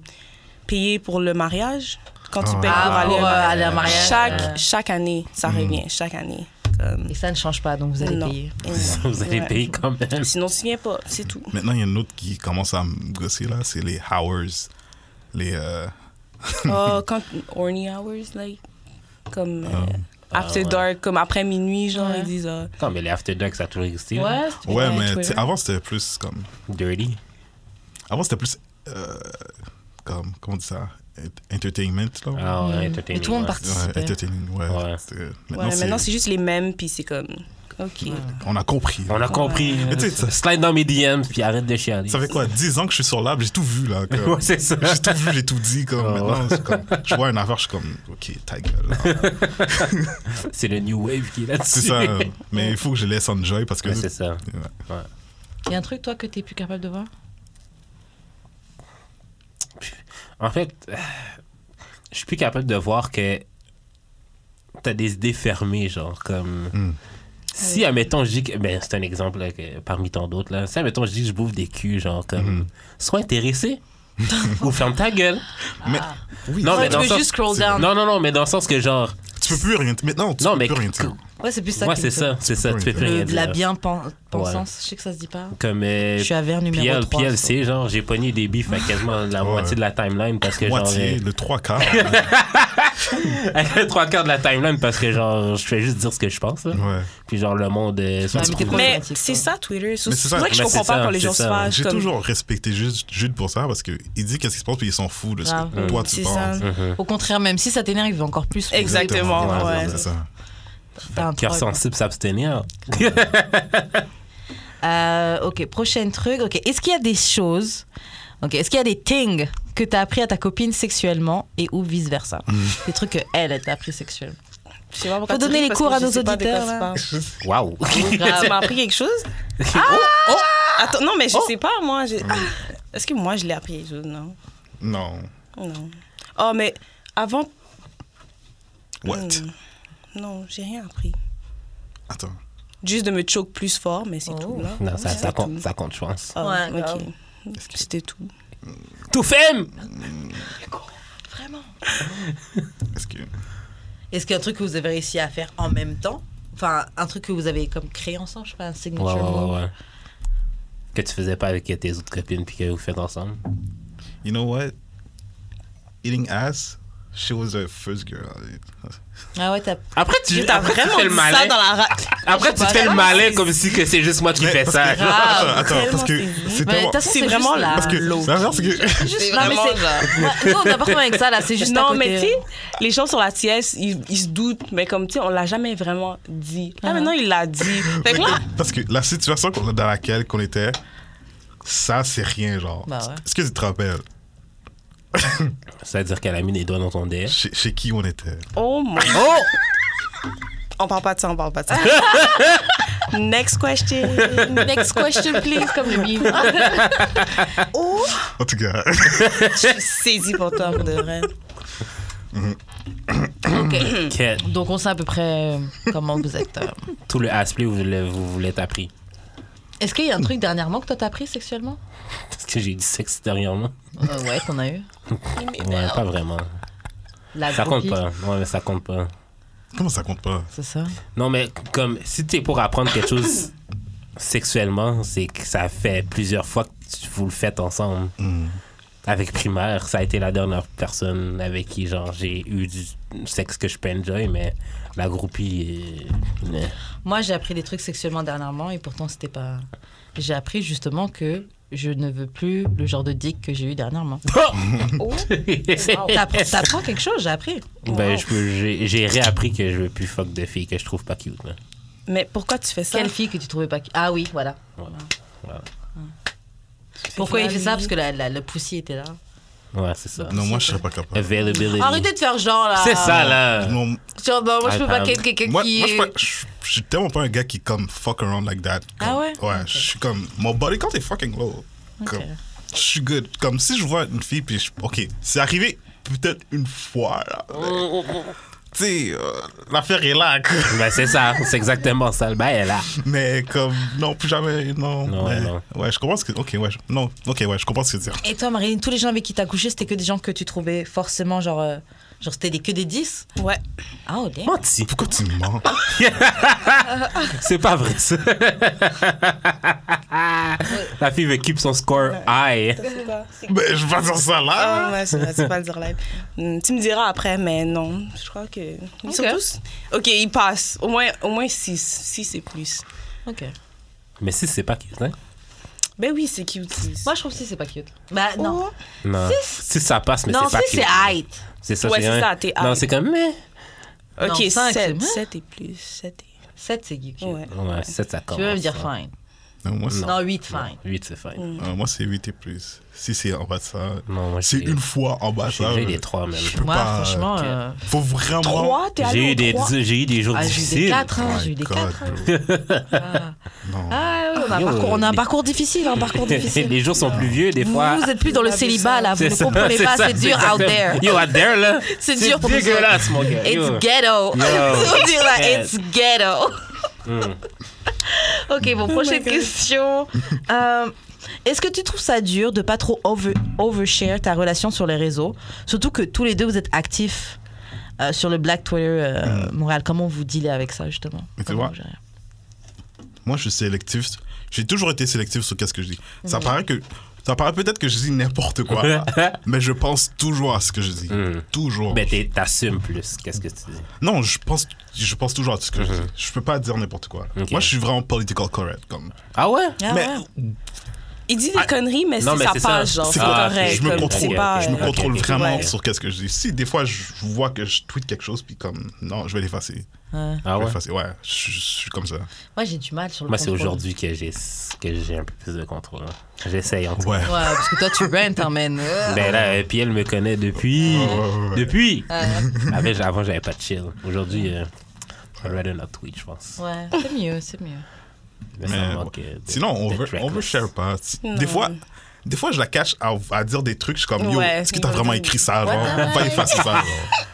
payer pour le mariage. Quand tu Ah, Hmm. payes Ah, pour pour aller, euh, aller à un mariage. chaque, euh, chaque année, ça revient, chaque année. Comme, Et ça ne change pas, donc vous allez non. payer. Ouais. Vous allez Ouais. payer quand même. Sinon, tu viens pas, c'est tout. Maintenant, il y en a une autre qui commence à me gosser là, c'est les hours. Les. euh, Oh, quand horny hours, like, comme euh, Ah, after ouais. dark, comme après minuit, genre, Ouais. ils disent ah, Non, mais les After Dark, ça a toujours existé. là. Ouais, c'est- Ouais, Ouais, mais Twitter. tu sais, avant c'était plus comme. Dirty. Avant c'était plus. euh, comme. Comment on dit ça Ent- Entertainment là. Ah ouais, entertaining, Mm. Mais tout le monde ouais. participe. Ouais, entertaining, ouais. Ouais. C'était- ouais, Maintenant, c'est- maintenant, c'est juste les mêmes, puis c'est comme, OK. on a compris. On a compris. Mais tu sais, ça- Slide dans mes DMs, puis arrête de chialer. Ça fait quoi 10 ans que je suis sur l'âme, j'ai tout vu là. comme. Ouais, c'est ça. J'ai tout vu, j'ai tout dit. Comme, Ah, maintenant, ouais. c'est comme, je vois une affaire, je suis comme, ok, ta gueule. là. C'est le New Wave qui est là-dessus. C'est ça. euh, Mais il faut que je laisse enjoy parce que. Ouais, c'est ça. Ouais. Il y a un truc, toi, que t'es plus capable de voir En fait, euh, je suis plus capable de voir que t'as des idées fermées, genre, comme... Mm. Si, admettons, je dis que... Ben, c'est un exemple, là, que- parmi tant d'autres, là. Si, admettons, je dis que je bouffe des culs, genre, Hmm. comme... Sois intéressé ou ferme ta gueule. Ah, Mais oui, Non, c'est Tu mais vrai. dans veux le sens- juste scroll c'est- down. Non, non, non, mais dans le sens que, genre... tu peux plus rien. t- Maintenant, tu non, peux mais... plus rien. dire. Ouais, c'est plus ça Ouais, qui c'est me fait- ça, c'est ça, tu peux Hmm. plus Le- rien de la dire. bien-pensance. Je sais que ça se dit pas. Comme... euh, Je suis à verre numéro PL, 3. PLC, genre, j'ai pogné des bifs à quasiment la Ouais. moitié de la timeline parce que, genre... euh, Moitié, le trois quarts. trois quarts de la timeline parce que genre je fais juste dire ce que je pense là. ouais. puis genre le monde euh, soit Ouais, mais t'es trouvé. pro- Mais problématique, c'est ça. ça, Twitter. So, Mais c'est C'est ça. vrai que je Mais comprends c'est pas ça, quand les c'est gens se ça. fâchent. J'ai comme- toujours respecté Jude, Jude pour ça parce qu'il dit qu'est-ce qui se passe puis il s'en fout de ce Grave. que toi tu Ah, C'est penses. ça. Mm-hmm. Au contraire, même si ça t'énerve, il veut encore plus. Exactement, Exactement, ouais. C'est ça. T'as un cœur troll, quoi. sensible s'abstenir Euh, ok, prochain truc. Ok, est-ce qu'il y a des choses, ok, est-ce qu'il y a des things que t'as appris à ta copine sexuellement et ou vice versa, Mm. des trucs que elle, elle t'a appris sexuellement. Je sais pas pourquoi Faut donner tu ris, les parce cours que à je nos sais pas de quoi auditeurs, tu là. parles. waouh Tu m'as appris quelque chose Ah! Oh, Attends, non, mais je sais pas, moi. j'ai- Ah, Est-ce que moi, je l'ai appris quelque chose Non. Non. Non. Oh, mais avant. What Hmm. Non, j'ai rien appris. Attends. Juste de me choke plus fort, mais c'est Oh. tout. Là. non ça, C'est ça compte tout. ça compte je pense Oh, Ouais, ok. grave. C'était tout. tout femme Vraiment. Est-ce que. Est-ce qu'il y a un truc que vous avez réussi à faire en même temps, enfin un truc que vous avez comme créé ensemble, je sais pas, un ouais signature ouais ouais, move. ouais. que tu faisais pas avec tes autres copines puis que vous faites ensemble You know what eating ass, she was the first girl. Ah ouais, t'as. Ah, Après, tu, T'as après, tu vraiment fais le dit ça malin. Ah, dans la ra- Après, tu Je sais pas, fais le vraiment, malin c'est- comme si que c'est juste moi qui fais ça. Parce que- Grave, attends, attends, parce que tellement saisi. Mais c'est de tellement- toute façon, C'est c'est vraiment juste la- là. Parce que, l'autre. la c'est que. C'est Non, mais vraiment c'est- genre- Ouais, nous, on n'a pas de problème avec ça, là. C'est juste à non, côté, mais tu sais, euh. les gens sur la sieste, ils, ils se doutent, mais comme tu sais, on l'a jamais vraiment dit. Là, Ah. maintenant, il l'a dit. Fait que là, Parce que la situation qu'on- dans laquelle qu'on était, ça, c'est rien, genre. Bah ouais. Est-ce que tu te rappelles C'est-à-dire qu'elle a mis les doigts dans ton dé. chez, chez qui on était oh mon. Oh! On parle pas de ça, on parle pas de ça. Next question. Next question, please, comme le mime. Oh, En tout cas, je suis saisie pour toi, pour de vrai. Mm. Ok. Quel- Donc, on sait à peu près euh, comment vous êtes. euh. tout le aspect où vous voulez- vous voulez t'appris. Est-ce qu'il y a un truc dernièrement que toi t'as pris sexuellement Parce que j'ai du sexe dernièrement. Euh, Ouais, qu'on a eu. Ouais, pas vraiment. Ah, La Ça compte groupie, pas. Ouais, mais ça compte pas. comment ça compte pas C'est ça. Non, mais comme si t'es pour apprendre quelque chose sexuellement, c'est que ça fait plusieurs fois que tu- vous le faites ensemble. Mm. Hmm. Avec primaire, ça a été la dernière personne avec qui genre j'ai eu du sexe que je peux enjoy, mais la groupie. euh, mais- Moi, j'ai appris des trucs sexuellement dernièrement et pourtant, c'était pas. J'ai appris justement que je ne veux plus le genre de dick que j'ai eu dernièrement. Oh, T'apprends t'apprends quelque chose, j'ai appris. ben, je peux- j'ai j'ai réappris que je veux plus fuck de filles que je trouve pas cute. là. mais pourquoi tu fais ça? Quelle fille que tu trouvais pas. Ah oui, voilà. Voilà. Pourquoi il fait ça la Parce que la, la- le poussier était là. Ouais, c'est ça. Non, moi, je serais pas capable. Availability. Arrêtez de Ah. faire genre là. C'est ça là. Non, Genre, non, moi, je peux pas Ah, être quelqu'un moi, moi, qui. je, suis pas- je- je suis tellement pas un gars qui comme fuck around like that. Ah Comme- ouais? Ouais, je suis comme. Mon body count est fucking low. Comme, Je suis good. Comme si je vois une fille, puis je- Ok, c'est arrivé peut-être une fois. là, mais- Tu sais, euh, l'affaire est là. quoi. Ben, c'est ça. C'est exactement ça. Ben, Le bail est là. Mais comme, non, plus jamais, non. Non, mais- non. Ouais, je comprends ce que. Ok, ouais, je- non, ok, ouais, je comprends ce que tu veux dire. Et toi, Marine, tous les gens avec qui t'as couché, c'était que des gens que tu trouvais forcément genre. euh, genre, c'était des- que des 10 Ouais. Ah, ok. Menti. Pourquoi tu mens C'est pas vrai ça. Ah. La fille veut keep son score high. Mais je vais pas dire ça là. Ah ouais, c'est vrai, c'est pas le dire live. Hum, Tu me diras après, mais non, je crois que. Ils sont Ok. tous. Ok, ils passent. Au moins, au moins six. Six et plus. Ok. Mais si c'est pas cute, hein? Ben oui, c'est cute. six. Moi, je trouve que si, c'est pas cute. Bah, non. Oh. Non. Si ça passe, mais non, c'est pas si, cute. c'est height. C'est ça, Ouais, c'est c'est un- ça, t'es Non, high. c'est comme, mais. Non, Ok, cinq, c'est sept. bien. Sept et plus. Sept et. 7, c'est geeky. Ouais. Ouais, 7, ça commence. Tu veux me dire ça. fine. Non, moi, c'est- Non, 8, fine. Mm. 8, c'est fine. euh, moi, c'est 8 et plus. Si c'est en bas de ça, Non, moi, c'est j'ai- une fois en bas de J'ai ça. eu mais les 3 même. je peux Moi, pas, franchement, ok. euh, Faut vraiment. Oh Trois, t'es allé J'ai eu, au des, trois. j'ai eu des jours ah, j'ai eu des difficiles. 4, hein, My j'ai eu des God, 4. Hein. bro. Ah, Non. Ah, ouais, on, a un Yo, parcours, on a un les- parcours difficile, un parcours difficile. les jours sont plus vieux, des Vous, fois. Ah, vous êtes plus dans le C'est célibat, ça, là. Vous ne ça, comprenez pas, ça, c'est dur out exactement. there. Yo, out there, là. C'est dur pour nous. dégueulasse, mon gars. Yo. It's ghetto. On dit là, Yeah. it's ghetto. Hmm. Mm. Ok, Oh bon, prochaine question. Euh, Est-ce que tu trouves ça dur de pas trop over, overshare ta relation sur les réseaux Surtout que tous les deux, vous êtes actifs euh, sur le Black Twitter euh, Montréal. Comment vous dealez avec ça, justement Mm. Mais tu Comment vois, vous gérez Moi, je suis sélectif. J'ai toujours été sélectif sur qu'est-ce que je dis. Ça paraît que. Ça paraît peut-être que je dis n'importe quoi, mais je pense toujours à ce que je dis. Mm. Toujours. Ben, t'es- t'assumes plus. Qu'est-ce que tu dis? Non, je pense, je pense toujours à ce que je dis. Je peux pas dire n'importe quoi. Ok. Moi, je suis vraiment political correct. Comme. Ah ouais? Ah mais ouais. Il dit des conneries, mais Non, c'est mais ça c'est ça. passe, genre. C'est C'est quoi? correct. je me comme, contrôle. c'est pas, je me euh, contrôle ok, ok. vraiment Ouais. sur qu'est-ce que je dis. Si des fois je vois que je tweet quelque chose, puis comme non, je vais l'effacer. Ouais. Ah je vais ouais? l'effacer. Ouais, je, je suis comme ça. Moi, j'ai du mal sur le Moi, c'est contrôle. aujourd'hui que j'ai que j'ai un peu plus de contrôle. hein. J'essaye en tout cas. Ouais. Ouais, parce que toi, tu rentes, hein, man. Ouais. Ben là, euh, puis elle me connaît depuis. ouais, ouais. Depuis! Avec- avant, j'avais pas de chill. Aujourd'hui, euh, I'd rather not tweet, je pense. Ouais, c'est mieux, c'est mieux. Mais Mais, ça ouais. manque, euh, de- Sinon, on d'être veut, on veut reckless. share pas. Des Non. fois, des fois, je la cache à, à dire des trucs. Je suis comme, yo, Ouais, est-ce que il t'as va vraiment dire- écrit ça? Genre, What the va heck? effacer ça. genre.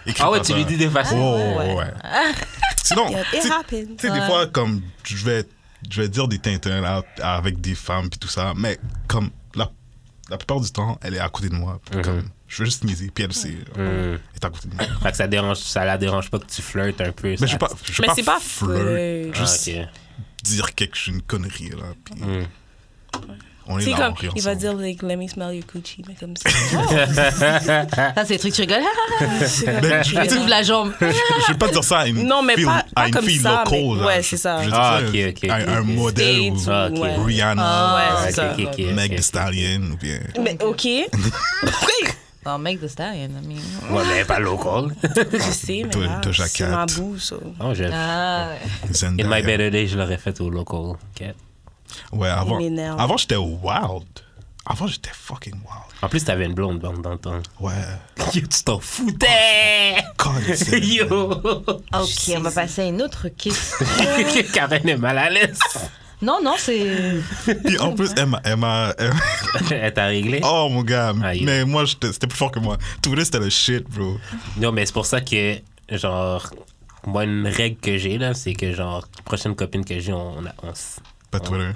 Écris Ah ouais, pas tu ça. lui dis des façons. Oh, ouais. ouais. Ah. Sinon, Yeah, tu It sais- happens. tu sais, des fois, comme, je vais, je vais dire des tintins là, avec des femmes puis tout ça, mais comme, la, la plupart du temps, elle est à côté de moi. puis Mhm. comme, je veux juste niaiser, puis elle sait. genre, Elle est à côté de moi. Hmm. Fait que ça, dérange, ça la dérange pas que tu flirtes un peu. Mais ça- je vais pas, je vais Mais c'est pas flirt, flirt. Ah, Juste ok. dire quelque chose, une connerie, là. puis- On est C'est là, Mhm. comme, on rit il va ensemble. dire, like, let me smell your coochie, mais comme ça. Oh, Ça, c'est le truc, tu rigoles. C'est comme- Ben, je, tu ouvres la jambe. je vais pas dire ça à une Non, mais fille, pas- à pas une comme fille ça, locale, mais- là. ouais, Je- c'est ça. je veux dire Ah, ça, ok, ok. Un, un modèle ou States ou- Ah, ok. ouais. Ah, Rihanna, Ouais, Ok, c'est ça. ok, ok, Meg ok. Thee Stallion ou bien. Mais OK. Non, mec de style, I mean. Ouais, mais pas local. je sais, mais De- là, de c'est jaquette. ma boue, ça. Non, je... Ah, ouais. In Zendaya. my better day, je l'aurais fait au local. Ok. Ouais, avant, Il m'énerve. avant j'étais wild. Avant, j'étais fucking wild. En plus, t'avais une blonde bande dans le temps. Ouais. Yo, tu t'en foutais! God, c'est- Yo! Ok, on va passer à une autre question. Karen est mal à l'aise. Non, non, c'est. Puis en plus, elle m'a- elle m'a. elle- Elle t'a réglé? Oh mon gars. Aïe. Mais moi, j'étais- c'était plus fort que moi. Tout le c'était le shit, bro. Non, mais c'est pour ça que, genre, moi, une règle que j'ai, là, c'est que, genre, prochaine copine que j'ai, on, on, on s- Pas Twitter.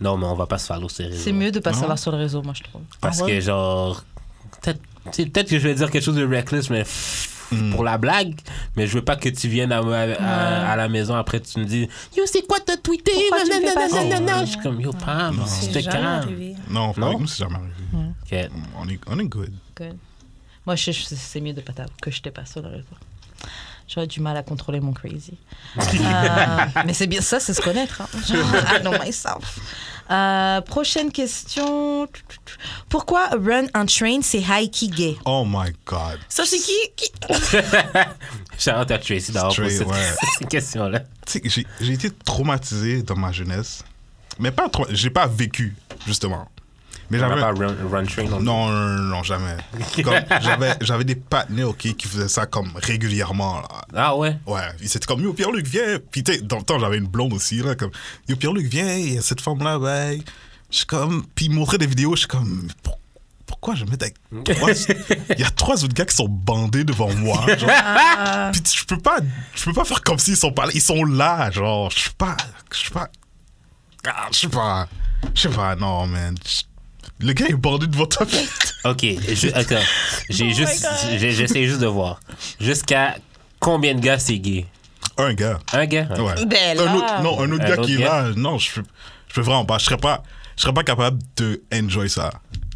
Non, mais on va pas se follow sur les réseaux. C'est mieux de pas Non. savoir sur le réseau, moi, je trouve. Parce Ah ouais? que, genre, peut-être tu sais, peut-être que je vais dire quelque chose de reckless, mais pff, pour la blague, mais je veux pas que tu viennes à, ma- à- à la maison après, tu me dis Yo, c'est quoi t'as tweeté? Ah. Pourquoi tu me fais pas Oh. ça? Nanana. Je suis comme Yo, Pam, C'est c'était jamais calme. arrivé. Non, Non? avec nous, c'est jamais arrivé. Mm, Ok. On est, on est good. Good. Moi, je, je- c'est mieux de pas t'avoir- que je t'ai pas sur le réseau. J'aurais du mal à contrôler mon crazy. Ah. Euh, mais c'est bien ça, c'est se connaître. hein. Genre, I know myself. Euh, prochaine question. Pourquoi Run and Train, c'est Haiki gay Oh my God. Ça, c'est qui? qui? Shout out à Tracy d'avoir posé Tracy, cette cette question-là. Tu sais, j'ai- j'ai été traumatisé dans ma jeunesse. Mais pas trop. J'ai pas vécu, justement. Mais On va j'avais. pas run, run train. on- Non, non, non, non, jamais. Comme, j'avais, j'avais des partenaires ok, qui faisaient ça comme régulièrement. Là. Ah ouais? Ouais, c'était comme, yo, Pierre-Luc, viens. Puis, tu sais, dans le temps, j'avais une blonde aussi, là, comme, yo, Pierre-Luc, viens, il y a cette femme-là, ouais. Je suis comme, puis il montrait des vidéos, je suis comme, Pour- pourquoi je me mets avec trois- Il y a trois autres gars qui sont bandés devant moi, genre. Puis, tu- je peux pas, je peux pas faire comme s'ils sont pas là, ils sont là, genre, je suis pas, je suis pas, ah, je sais pas, je sais pas, non, man. Je- Le gars est bandé devant ta porte. Ok, je, attends. J'ai my juste, God. j'ai- j'essaie juste de voir. Jusqu'à combien de gars c'est gay? Un gars. Un gars? Ouais. Ben là. Un autre, non, un autre Un gars autre qui est gars. là, non, je peux, je peux vraiment pas. Je serais pas, je serais pas capable de enjoy ça.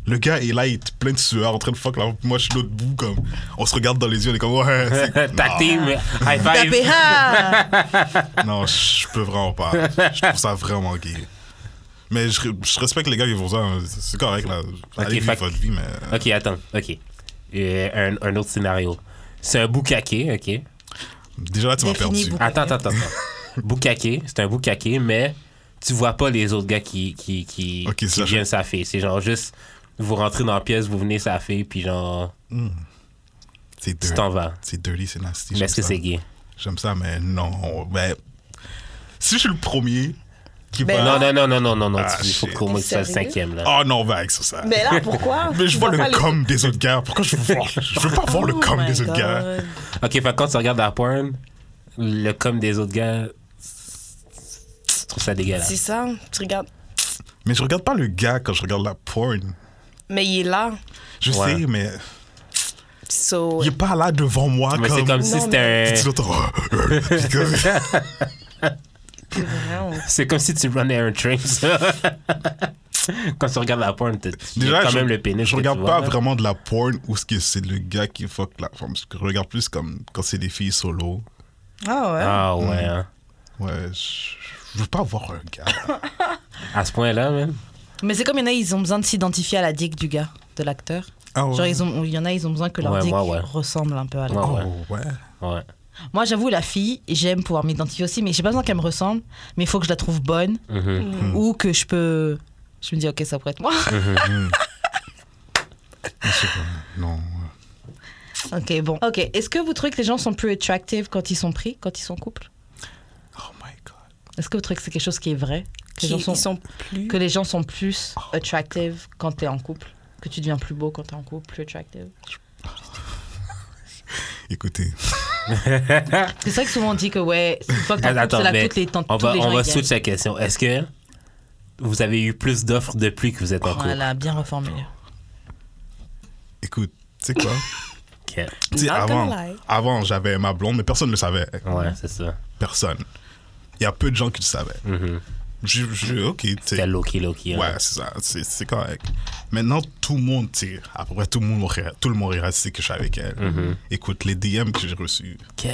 Le gars est là, il est plein de sueur, en train de fuck là. Moi, je suis l'autre bout, comme, on se regarde dans les yeux, on est comme, ouais. c'est- Tag team, euh, high Tapez, five. ah Non, je peux vraiment pas. Je trouve ça vraiment gay. Mais je, je respecte les gars qui font ça. hein. C'est c'est correct, là. Allez vivre fait- votre vie, mais. Ok, attends. Ok. Euh, un, un autre scénario. C'est un boucaqué, ok? Déjà, là, tu m'as Définis perdu. beaucoup. Attends, attends, attends. boucaqué, c'est un boucaqué, mais tu vois pas les autres gars qui, qui, qui, Ok, qui ça, je- viennent sa fille. C'est genre juste, vous rentrez dans la pièce, vous venez sa fille, puis genre, C'est Ah, tu dirty. t'en vas. C'est dirty, c'est nasty. Mais j'aime est-ce que ça. c'est gay? J'aime ça, mais non. Ben. Si je suis le premier qui Ben Non, va. non, non, non, non, non, non. Ah, Il faut shit. qu'au moins que tu sois le Sérieux? cinquième, là. Oh non, vague sur ça. Mais là, pourquoi? Mais je vois Pourquoi le les- com des autres gars. Pourquoi je veux voir Je veux pas voir le Oh com my des autres God. gars. Ok, fait que quand tu regardes la porn, le com des autres gars, je trouve ça C'est dégueulasse. ça, tu regardes. Mais je regarde pas le gars quand je regarde la porn. Mais il est là. Je Ouais. sais, mais So, il est pas là devant moi Mais c'est comme. comme Non, si Puis c'était tu un... l'entends. Puis comme- c'est vraiment- C'est comme si tu runnais un train, ça. quand tu regardes la porn, t'es- il y a Déjà, quand je, même le pénis. je que regarde tu vois, pas là. vraiment de la porn ou ce que c'est le gars qui fuck la femme. Je regarde plus comme quand c'est des filles solo. Ah ouais. Ah ouais, hein. Ouais, je, je veux pas voir un gars. À ce point-là, même. Mais c'est comme il y en a, ils ont besoin de s'identifier à la dick du gars, de l'acteur. Ah ouais. Genre, ils ont, il y en a, ils ont besoin que leur Ouais, dick moi, ouais. ressemble un peu à la Ouais, Oh, ouais. ouais. Ouais. Moi, j'avoue, la fille, j'aime pouvoir m'identifier aussi, mais j'ai pas besoin qu'elle me ressemble, mais il faut que je la trouve bonne Mm. Mhm. ou que je peux. Je me dis, ok, ça pourrait être moi. Non. ouais. ok, bon. Ok, est-ce que vous trouvez que les gens sont plus attractive quand ils sont pris, quand ils sont en couple Oh my god. Est-ce que vous trouvez que c'est quelque chose qui est vrai que les, Qui- gens sont, Ils sont plus. que les gens sont plus attractive quand t'es en couple Que tu deviens plus beau quand t'es en couple, plus attractive Écoutez, C'est vrai que souvent on dit que, ouais, une fois que t'es en couple, Attends, c'est là mais toutes les, tant- on tous va, les gens on va ils gagnent. switch la question. Est-ce que vous avez eu plus d'offres depuis que vous êtes en couple? Voilà, bien reformulé. écoute, tu sais quoi? Ok. Tu sais, Not avant, gonna lie. avant j'avais ma blonde, mais personne ne le savait. Ouais, c'est ça. Personne. Il y a peu de gens qui le savaient. Mhm. Je, je, ok, tu sais. C'était Loki Loki. hein. Ouais, c'est ça, c'est c'est correct. Maintenant, tout le monde, tu sais, à peu près tout le monde, au Montréal- tout le Montréal sait que je suis avec elle. Écoute, les DM que j'ai reçus, Que-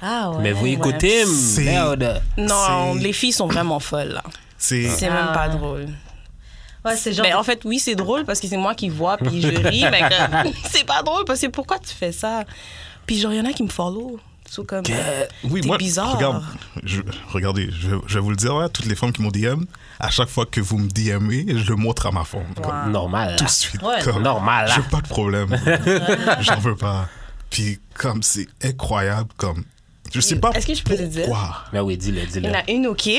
Ah ouais. Mais vous écoutez, C'est- merde. Non, C'est- Mm. les filles sont vraiment folles. là. c'est. C'est même pas drôle. Ouais, c'est genre. Mais en fait, oui, c'est drôle parce que c'est moi qui vois, puis je ris, mais comme, c'est pas drôle parce que pourquoi tu fais ça? Puis genre, il y en a qui me follow. So, comme, euh, Oui, t'es moi, bizarre. regarde, je- regardez, je, je vais vous le dire, ouais, toutes les femmes qui m'ont DM, à chaque fois que vous me DMez, je le montre à ma femme. comme, Normal. tout de suite. Ouais. comme, Normal. Je veux pas de problème. J'en veux pas. Puis, comme, c'est incroyable, comme. Je sais pas. Est-ce que je peux le dire? pourquoi. Mais oui, dis-le, dis-le. Il y en a une, OK,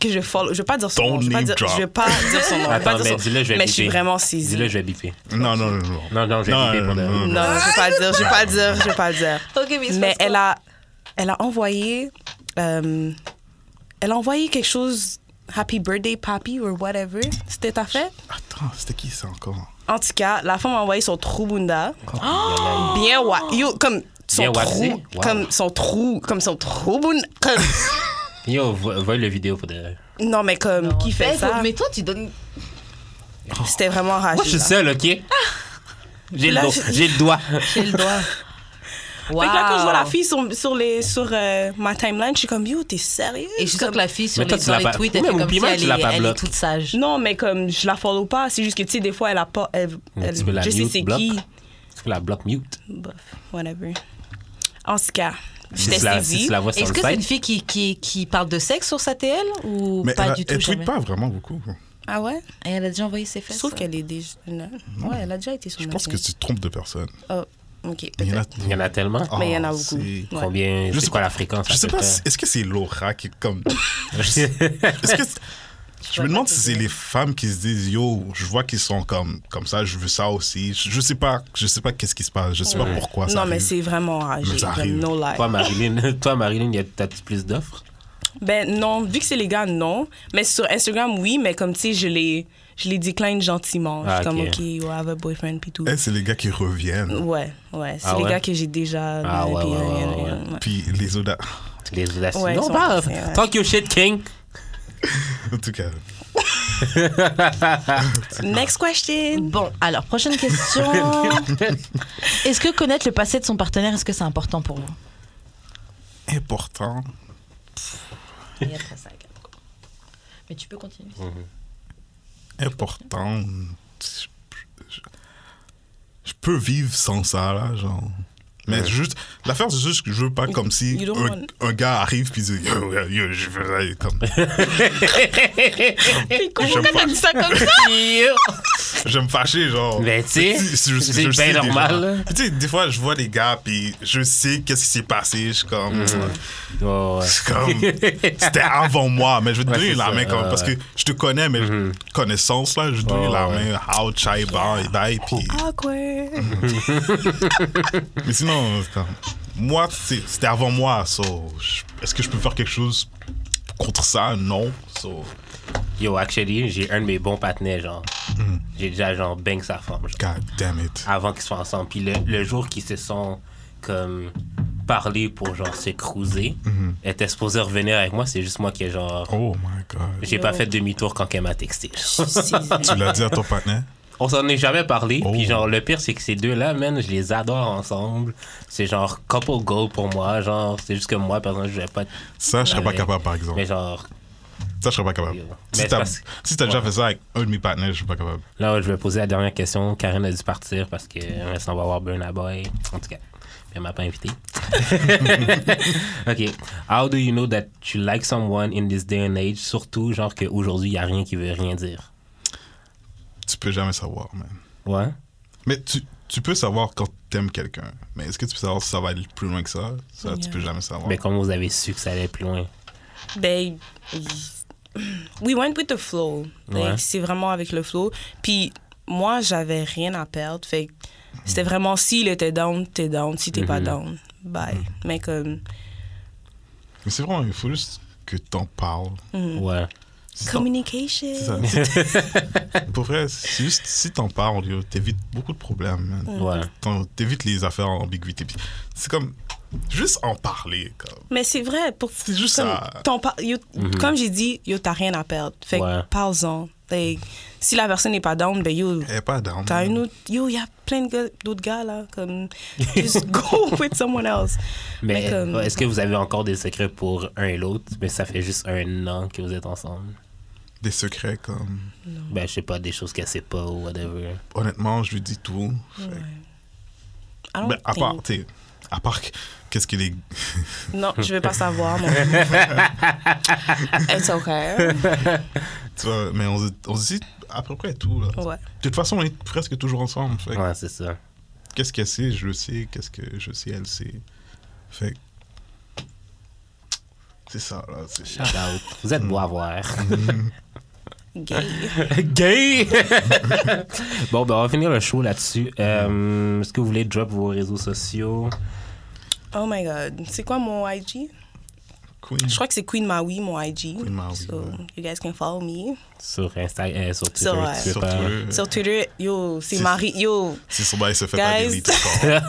que je follow. Je vais pas dire son Don't nom. Je vais pas name dire, drop. je vais pas dire son nom. je vais pas Attends, dire mais son- dis-le, je vais biper. mais je suis vraiment saisie. Dis-le, je vais biper. Non, non, non, non. Non, non, je vais Non, biper pour non, de- non, Non, je vais pas dire, je vais pas dire, je vais pas dire. Ok, mais c'est mais parce elle que- a, elle a envoyé, euh, elle a envoyé quelque chose, Happy Birthday Papi ou whatever. C'était ta fête? Attends, c'était qui ça encore? En tout cas, la femme a envoyé son trou bunda. Bien wa yo, comme son Bien waxé? trou, Wow. comme son trou, comme son trou bunda. comme- Yo, vo- voyez le vidéo pour de. non mais comme qui fait Eh, ça? Mais toi, tu donnes. C'était vraiment rageux. Moi, je suis là. seul, ok? J'ai le Là, dos, je- j'ai le doigt. J'ai le doigt. Fait que là, quand je vois la Wow. fille sur, sur les, sur euh, ma timeline, je suis comme, yo, t'es sérieux? Et je suis sûre Comme- que la fille sur Mais toi, les, tu sur l'as les pas- tweets, elle Même fait au comme si piment, elle, tu l'as est, pas elle est bloqué. toute sage. Non, mais comme je la follow pas, c'est juste que tu sais, des fois elle a pas. Elle, elle- Tu peux la je sais mute, c'est block. qui. Tu peux la block mute. Bof, whatever. En tout cas, Si j'étais tu la- Si saisie. tu la vois sur Est-ce le que c'est une site. fille qui, qui, qui parle de sexe sur sa TL ou Mais pas elle, a- du tout elle tweet jamais pas vraiment beaucoup. Ah ouais? Et elle a déjà envoyé ses fesses. Je trouve qu'elle est déjà. là. Ouais, elle a déjà été sur Je ma pense que chaîne. tu te trompes de personne. Oh, ok. Il y en a, Il y en a tellement. Oh, Mais il y en a beaucoup. c'est- Ouais. Combien, Je je sais sais quoi la fréquence? Je à sais peu pas, près? si- est-ce que c'est Laura qui est comme. Est-ce que. Je me demande si c'est les femmes qui se disent yo, je vois qu'ils sont comme comme ça, je veux ça aussi. Je, je sais pas, je sais pas qu'est-ce qui se passe, je sais pas pourquoi ça Non, mais arrive. c'est vraiment enragé. Mais ça comme arrive. No lie. Toi, Marilyn, toi, Marilyn, y a- t'as-tu plus d'offres? Ben non, vu que c'est les gars, non. Mais sur Instagram, oui, mais comme tu sais, je les, je les déclin gentiment. Ah, je suis ok. comme, ok, I have a boyfriend, puis tout. Eh, c'est les gars qui reviennent. Ouais, ouais. C'est Ah les ouais? gars que j'ai déjà. Ah ouais, puis, ouais, euh, ouais, euh, ouais, euh, ouais. Puis les autres. Les audacieux. Ouais, ils non, sont pas. passés, ouais. Talk your shit, King. En tout cas, Next question. Bon, alors, prochaine question. est-ce que connaître le passé de son partenaire, est-ce que c'est important pour vous important. Mais tu peux continuer. important. Je, je- je peux vivre sans ça, là, genre. Mais juste, l'affaire, c'est juste que je veux pas comme si you don't want- un, un gars arrive puis dit yo, yo, yo, je veux aller comme. Pourquoi t'as dit ça comme ça? je vais me fâcher, genre. Ben, tu sais, Je- je- je- c'est je bien sais déjà. normal, là. Puis, Tu sais, des fois, je vois les gars puis je sais qu'est-ce qui s'est passé. Je suis comme. Oh, ouais. C'est comme. C'était avant moi, mais je vais te Ouais, donner c'est la ça, main quand même, ouais, parce que ouais. Mm-hmm. je te connais, mais connaissance, là, je vais te donner Ouais, la ouais. main. How, chai, bye, bye, puis. Awkward. Mais sinon, euh, quand- moi, c'est- c'était avant moi. So, je- Est-ce que je peux faire quelque chose contre ça? Non. So, Yo, actually, j'ai un de mes bons partenaires, genre. Hmm. J'ai déjà, genre, bang sa femme, genre. God damn it. avant qu'ils soient ensemble. Puis le, le jour qu'ils se sont comme parlé pour genre se cruiser, Hmm. elle était supposée revenir avec moi. C'est juste moi qui est genre. Oh my God. J'ai pas fait demi-tour quand elle m'a texté. genre. Tu l'as dit à ton partenaire? On s'en est jamais parlé. Oh. Puis genre, le pire, c'est que ces deux-là, man, je les adore ensemble. C'est genre couple goal pour moi. Genre, c'est juste que moi, par exemple, je vais pas. Ça, je serais pas Mais- capable, par exemple. Mais genre, Ça, je serais pas capable. Yo. Si Mais t'as parce- si t'as déjà fait ça avec un de mes partenaires, je suis pas capable. là, je vais poser la dernière question. Karen a dû partir parce que euh, s'en va avoir burn à boy. En tout cas, elle m'a pas invité. ok. How do you know that you like someone in this day and age? Surtout, genre, qu'aujourd'hui, il n'y a rien qui veut rien dire. Tu peux jamais savoir, man. Ouais. Mais tu, tu peux savoir quand t'aimes quelqu'un. Mais est-ce que tu peux savoir si ça va aller plus loin que ça? Ça, tu peux jamais savoir. Mais comment vous avez su que ça allait plus loin? Ben, we went with the flow. Like, Ouais. C'est vraiment avec le flow. Puis moi, j'avais rien à perdre. Fait que c'était vraiment s'il était down, t'es down. Si t'es pas Mhm. Mm-hmm. down, bye. Mm. Mais comme, Mm. Mais c'est vraiment, il faut juste que t'en parles. Ouais. Communication. C'est ça. Pour vrai, c'est juste si t'en parles, yo, t'évites beaucoup de problèmes, man. Mm. Ouais. T'en- T'évites les affaires en ambiguïté. Puis C'est comme juste en parler. Comme. Mais c'est vrai, pour C'est juste comme, ça. Mm-hmm. ton par- yo- comme j'ai dit, yo, t'as rien à perdre. Fait que Ouais. parle-en. Like, si la personne n'est pas down, ben yo, Elle est pas down. t'as une autre. Yo, y a plein de gars- d'autres gars là. Comme, just go with someone else. Mais comme- est-ce que vous avez encore des secrets pour un et l'autre? Mais ça fait juste un an que vous êtes ensemble. Des secrets, comme. Ben, je sais pas, des choses qu'elle sait pas ou whatever. Honnêtement, je lui dis tout. Fait que- I Mm. don't Ben, à think- part, tu sais, à part que- qu'est-ce que les. Non, je veux pas savoir. Mon... It's okay. Tu vois, mais on, se- on se dit à peu près tout. Là. Ouais. De toute façon, on est presque toujours ensemble. Fait que Ouais, c'est ça. Qu'est-ce qu'elle sait, je le sais. Qu'est-ce que je sais, elle sait. Fait que- C'est ça, là. c'est- Shout out. Vous êtes beau à voir. Gay. Gay! bon, ben, on va finir le show là-dessus. Euh, Est-ce que vous voulez drop vos réseaux sociaux? Oh my god. C'est quoi mon IG? Queen. Je crois que c'est Queen Maui, mon IG. Queen Maui, So, ouais. you guys can follow me. Sur Instagram, sur Twitter, Sur, ouais. tu veux Sur pas- Twitter. Sur Twitter, yo, c'est C'est- Marie. Yo, euh, C'est son bail se fait pas Guys. des tout fort.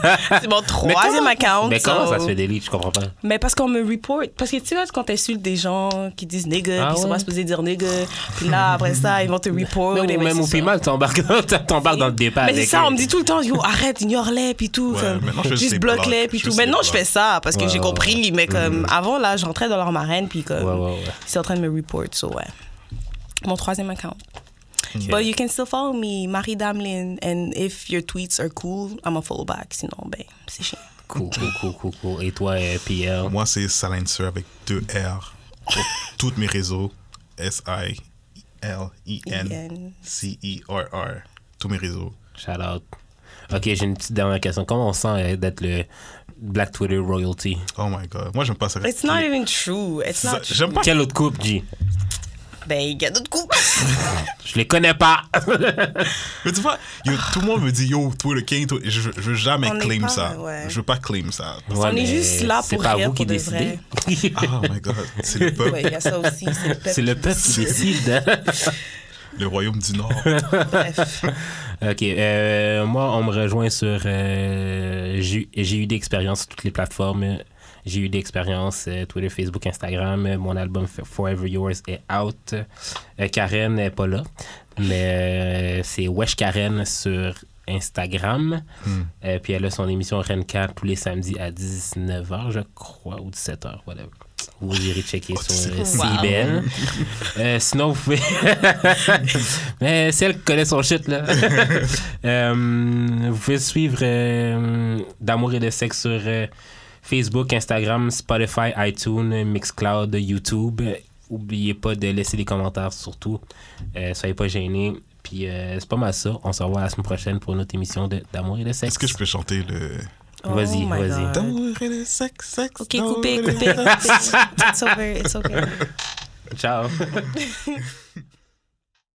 c'est mon troisième account. Mais comment so- ça se fait délire? Je comprends pas. Mais parce qu'on me report. Parce que tu sais, quand t'insultes des gens qui disent nigga, Ah puis ils sont ouais? pas supposés dire nigga, puis là, après ça, ils vont te report. et Même, ben, même c'est au ça. Pimal, t'embarques dans, t'embarques Ah, dans le débat. Mais c'est avec ça, eux. on me dit tout le temps, yo, arrête, ignore-les, puis tout. Ouais, comme, maintenant, je juste sais bloque-les, bloque, puis je tout. sais Maintenant, je bloque. fais ça, parce que Ouais, j'ai ouais, compris, mais comme, Mm-hmm. avant, là, j'entrais dans leur marraine, puis comme, Ouais, ouais, ouais. ils sont en train de me report, so ouais. Mon troisième account. But you can still follow me, Marie Damlin, and if your tweets are cool, I'm a follow back. Sinon, ben, c'est chiant. Cool, cool, cool, cool, cool. Et toi, euh, PL? Moi, c'est Silencer avec deux R pour tous mes réseaux. E S-I-L-I-N-C-E-R-R. E Tous mes réseaux. Shout out. Ok, j'ai une petite dernière question. Comment on sent euh, d'être le Black Twitter Royalty? Oh my god. Moi, j'aime pas ça. It's not even true. It's Ça- not true. J'aime pas. Quelle autre coupe, G? Ben, il y a d'autres coups. Je les connais pas! Mais tu vois, yo, tout le monde me dit yo, toi le king, toi. Je, je veux jamais On est claim pas, ça. ouais. Je veux pas claim ça. Ouais, est mais juste là c'est pour pas rire, vous qui pour de décidez. Oh my god. C'est le peuple, Ouais, il y a ça aussi. C'est le peuple. C'est le peuple qui C'est- décide. hein. le royaume du Nord. Bref. ok, euh, moi, on me rejoint sur. euh, j'ai j'ai eu des expériences sur toutes les plateformes. J'ai eu des expériences euh, Twitter, Facebook, Instagram. Mon album F- Forever Yours est out. Euh, Karen n'est pas là, mais euh, c'est Wesh Karen sur Instagram. Euh, puis elle a son émission Renka tous les samedis à 19h, je crois, ou 17h, whatever. Vous irez checker sur euh, CIBL. Euh, sinon, vous pouvez. Mais celle qui connaît son shit, là. Euh, vous pouvez suivre euh, D'amour et de sexe sur euh, Facebook, Instagram, Spotify, iTunes, Mixcloud, YouTube. Oubliez pas de laisser des commentaires, surtout. Euh, soyez pas gênés. Puis euh, c'est pas mal ça. On se revoit la semaine prochaine pour notre émission de- D'amour et de sexe. Est-ce que je peux chanter le. Vas-y, Oh my vas-y. God. D'amour et le sexe, sexe. Ok, d'amour coupez, et le coupez. coupez. It's over, it's okay. Ciao.